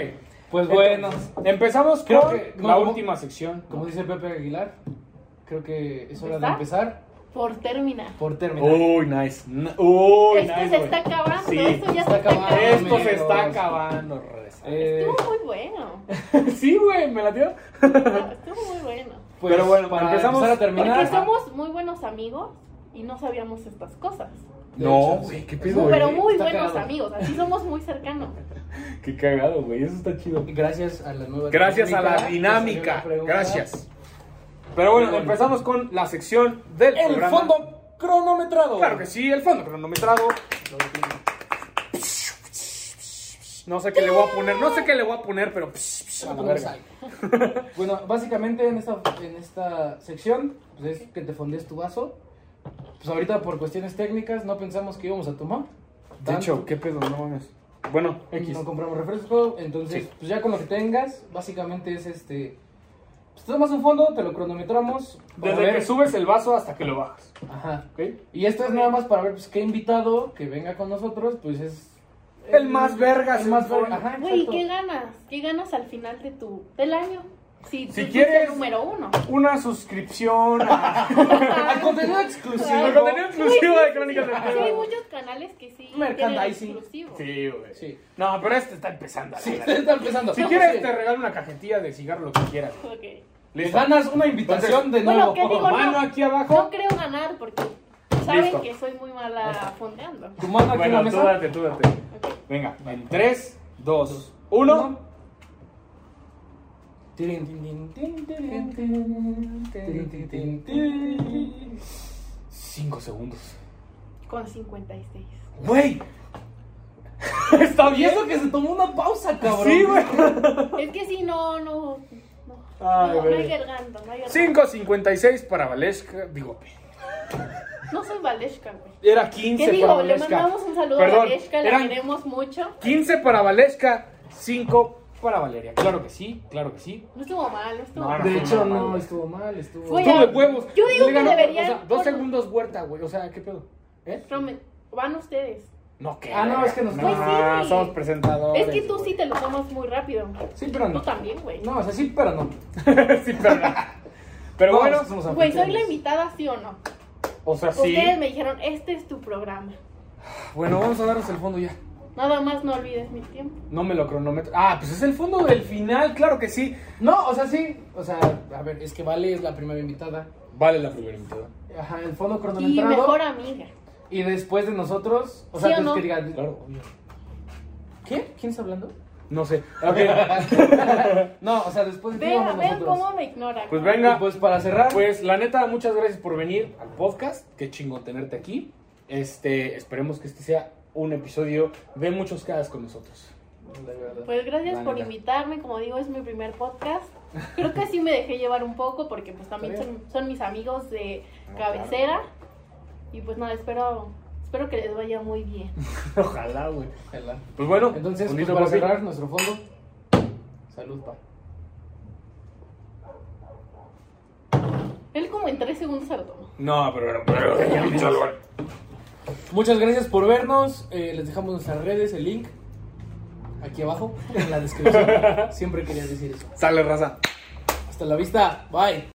[SPEAKER 3] Pues bueno.
[SPEAKER 1] Entonces, empezamos
[SPEAKER 3] Creo
[SPEAKER 1] con
[SPEAKER 3] que- no,
[SPEAKER 1] la
[SPEAKER 3] como-
[SPEAKER 1] última sección.
[SPEAKER 3] Como dice Pepe Aguilar, creo que es hora de
[SPEAKER 2] ¿Empezar?
[SPEAKER 3] empezar
[SPEAKER 2] Por terminar.
[SPEAKER 3] por terminar.
[SPEAKER 1] Uy, nice. N- Uy,
[SPEAKER 2] esto
[SPEAKER 1] nice,
[SPEAKER 2] se
[SPEAKER 1] güey.
[SPEAKER 2] está acabando.
[SPEAKER 1] Sí.
[SPEAKER 2] Esto ya
[SPEAKER 3] Está
[SPEAKER 2] se está
[SPEAKER 3] acabando.
[SPEAKER 2] acabando.
[SPEAKER 1] Esto se
[SPEAKER 3] Amigos.
[SPEAKER 1] está acabando, Reza.
[SPEAKER 3] Eh,
[SPEAKER 2] Estuvo muy bueno.
[SPEAKER 1] sí, güey, me la dio.
[SPEAKER 2] Estuvo muy bueno.
[SPEAKER 3] pues,
[SPEAKER 1] Pero bueno,
[SPEAKER 3] para
[SPEAKER 1] empezamos-
[SPEAKER 3] empezar a terminar.
[SPEAKER 2] Porque somos muy buenos amigos y no sabíamos estas cosas.
[SPEAKER 3] De
[SPEAKER 1] No,
[SPEAKER 3] hecho,
[SPEAKER 1] güey,
[SPEAKER 3] sí.
[SPEAKER 1] qué
[SPEAKER 2] Muy-
[SPEAKER 1] pedo,
[SPEAKER 2] Uh, pero
[SPEAKER 1] güey.
[SPEAKER 2] muy
[SPEAKER 3] está
[SPEAKER 2] buenos
[SPEAKER 3] cagado.
[SPEAKER 2] amigos. Así somos muy cercanos.
[SPEAKER 1] Qué cagado, güey. Eso está chido.
[SPEAKER 3] Gracias a la nueva
[SPEAKER 1] Gracias a la
[SPEAKER 3] Pues, que
[SPEAKER 1] dinámica.
[SPEAKER 3] salió la pregunta.
[SPEAKER 1] Gracias. Pero bueno,
[SPEAKER 3] Muy bueno.
[SPEAKER 1] empezamos con la sección del
[SPEAKER 3] El
[SPEAKER 1] programa.
[SPEAKER 3] fondo cronometrado.
[SPEAKER 1] Claro que sí, el fondo cronometrado. No sé qué le voy a poner, no sé qué le voy a poner, pero psh, psh, a la verga.
[SPEAKER 3] bueno, básicamente en esta, en esta sección pues es que te fondees tu vaso. Pues ahorita por cuestiones técnicas no pensamos que íbamos a tomar.
[SPEAKER 1] De hecho, qué pedo, no mames. Bueno, X.
[SPEAKER 3] No compramos refresco, entonces
[SPEAKER 1] Sí.
[SPEAKER 3] pues ya con lo que tengas, básicamente es este... Pues te tomas un fondo, te lo cronometramos. para
[SPEAKER 1] Desde
[SPEAKER 3] ver-
[SPEAKER 1] que subes el vaso hasta que lo bajas.
[SPEAKER 3] Ajá.
[SPEAKER 1] ¿ok?
[SPEAKER 3] Y esto es nada más para ver pues, qué invitado que venga con nosotros, pues es...
[SPEAKER 1] El más vergas,
[SPEAKER 3] El más
[SPEAKER 1] el
[SPEAKER 3] vergas. Ajá,
[SPEAKER 2] Güey,
[SPEAKER 3] exacto.
[SPEAKER 2] ¿qué ganas? ¿Qué ganas al final de tu, del año? Si, tú fuiste
[SPEAKER 1] quieres-
[SPEAKER 2] número uno.
[SPEAKER 1] Una suscripción a
[SPEAKER 3] Al contenido
[SPEAKER 1] al
[SPEAKER 3] exclusivo.
[SPEAKER 1] contenido exclusivo de Crónicas del
[SPEAKER 2] Sí, hay
[SPEAKER 1] Pedo.
[SPEAKER 2] muchos canales que sí.
[SPEAKER 3] Merchandising.
[SPEAKER 2] tienen exclusivo.
[SPEAKER 1] Sí, güey.
[SPEAKER 3] Sí.
[SPEAKER 1] No, pero este está empezando. la
[SPEAKER 3] Sí,
[SPEAKER 1] verdad.
[SPEAKER 3] está empezando.
[SPEAKER 1] Si quieres, te regalo una cajetilla de cigarro, lo que quieras.
[SPEAKER 2] Ok.
[SPEAKER 3] Les
[SPEAKER 1] ¿Listo?
[SPEAKER 3] ganas una invitación de
[SPEAKER 2] Bueno,
[SPEAKER 3] nuevo.
[SPEAKER 2] ¿qué digo?
[SPEAKER 1] Mano
[SPEAKER 2] no.
[SPEAKER 1] aquí abajo.
[SPEAKER 2] No creo ganar porque saben
[SPEAKER 1] Listo.
[SPEAKER 2] que soy muy mala fondeando.
[SPEAKER 3] Tu mano aquí en la
[SPEAKER 1] Bueno, tú
[SPEAKER 3] mesa.
[SPEAKER 1] date, tú date.
[SPEAKER 2] Ok.
[SPEAKER 1] Venga, en 3, 2, 1.
[SPEAKER 3] Tirin, tin, tin, tin, tin, tin, tin, tin, tin, tin.
[SPEAKER 1] 5 segundos.
[SPEAKER 2] Con 56.
[SPEAKER 1] ¡Güey! Está
[SPEAKER 3] Y
[SPEAKER 1] bien.
[SPEAKER 3] eso que se tomó una pausa, cabrón.
[SPEAKER 1] Sí, güey.
[SPEAKER 2] Es que si no, no. No,
[SPEAKER 1] Ay,
[SPEAKER 2] no, no hay
[SPEAKER 1] güey.
[SPEAKER 2] garganta, no hay garganta.
[SPEAKER 1] 5.56 para Valesca. Digo,
[SPEAKER 2] No soy Valeshka, güey.
[SPEAKER 1] Era
[SPEAKER 2] ¿Qué
[SPEAKER 1] 15 para
[SPEAKER 2] digo? Le
[SPEAKER 1] Valesca.
[SPEAKER 2] mandamos un saludo
[SPEAKER 1] Perdón,
[SPEAKER 2] a Valeshka, la
[SPEAKER 1] eran
[SPEAKER 2] queremos mucho.
[SPEAKER 1] 15 para Valesca, 5 para Valeria. Claro que sí, claro que sí.
[SPEAKER 2] No estuvo mal, no estuvo
[SPEAKER 1] No,
[SPEAKER 2] mal.
[SPEAKER 1] no.
[SPEAKER 3] De hecho, no, estuvo mal, estuvo...
[SPEAKER 2] Fue
[SPEAKER 1] Tú
[SPEAKER 2] Oiga,
[SPEAKER 1] de huevos.
[SPEAKER 2] yo digo
[SPEAKER 1] Le
[SPEAKER 2] que
[SPEAKER 1] ganó,
[SPEAKER 2] deberían-
[SPEAKER 1] O sea, dos
[SPEAKER 2] por-
[SPEAKER 1] segundos huerta, güey. O sea, ¿qué pedo? ¿Eh?
[SPEAKER 2] Rome, van ustedes.
[SPEAKER 1] No, ¿qué?
[SPEAKER 3] Ah, no, es que nos-
[SPEAKER 1] No,
[SPEAKER 2] Pues sí.
[SPEAKER 1] somos presentadores.
[SPEAKER 2] Es que tú
[SPEAKER 1] güey.
[SPEAKER 2] sí te lo tomas muy rápido.
[SPEAKER 3] Sí, pero
[SPEAKER 2] Tú
[SPEAKER 3] no.
[SPEAKER 2] también, güey.
[SPEAKER 3] No, o sea, sí, pero no.
[SPEAKER 1] Sí, pero, pero
[SPEAKER 3] No,
[SPEAKER 1] bueno,
[SPEAKER 3] es que somos
[SPEAKER 2] Güey, soy la
[SPEAKER 3] anfitriones.
[SPEAKER 2] invitada, ¿sí o no?
[SPEAKER 1] o sea, sí.
[SPEAKER 2] Ustedes me dijeron, este es tu programa.
[SPEAKER 1] Bueno, vamos a darnos el fondo ya.
[SPEAKER 2] Nada más no olvides mi tiempo.
[SPEAKER 1] No me lo cronometro. Ah, pues es el fondo del final, claro que sí.
[SPEAKER 3] No, o sea, sí. O sea, a ver, es que Vale es la primera invitada.
[SPEAKER 1] Vale la primera invitada.
[SPEAKER 3] Ajá, el fondo
[SPEAKER 2] Y
[SPEAKER 3] cronometrado.
[SPEAKER 2] mejor amiga.
[SPEAKER 3] Y después de nosotros, o sea,
[SPEAKER 2] ¿Sí o
[SPEAKER 3] pues
[SPEAKER 2] no?
[SPEAKER 3] que digan,
[SPEAKER 1] Claro, obvio.
[SPEAKER 3] ¿qué? ¿Quién está hablando?
[SPEAKER 1] No sé. Ok,
[SPEAKER 3] No, o sea, después de
[SPEAKER 2] Vean,
[SPEAKER 3] íbamos
[SPEAKER 2] vean
[SPEAKER 3] nosotros.
[SPEAKER 2] cómo me ignoran.
[SPEAKER 1] pues
[SPEAKER 3] Y
[SPEAKER 1] venga.
[SPEAKER 3] pues para cerrar,
[SPEAKER 1] Pues la neta, muchas gracias por venir al podcast. Qué chingón tenerte aquí. Este, esperemos que este sea un episodio de muchos caras con nosotros.
[SPEAKER 3] de verdad.
[SPEAKER 2] Pues gracias
[SPEAKER 1] La
[SPEAKER 2] por
[SPEAKER 1] neta.
[SPEAKER 2] invitarme, como digo, es mi primer podcast. Creo que sí me dejé llevar un poco porque pues también
[SPEAKER 3] Está
[SPEAKER 2] son, son mis amigos de
[SPEAKER 1] Ah,
[SPEAKER 2] cabecera. Y pues nada, espero, espero que les vaya muy bien.
[SPEAKER 1] Ojalá, güey.
[SPEAKER 3] Ojalá.
[SPEAKER 1] Pues bueno,
[SPEAKER 3] Entonces, pues,
[SPEAKER 1] bonito
[SPEAKER 3] para
[SPEAKER 1] papi.
[SPEAKER 3] cerrar nuestro fondo. Salud, pa.
[SPEAKER 2] Él como en tres segundos se lo tomó.
[SPEAKER 1] No, pero, pero, pero-
[SPEAKER 3] Muchas gracias por vernos. eh, les dejamos nuestras redes, el link aquí abajo en la descripción. Siempre quería decir eso.
[SPEAKER 1] Sale raza.
[SPEAKER 3] Hasta la vista. Bye.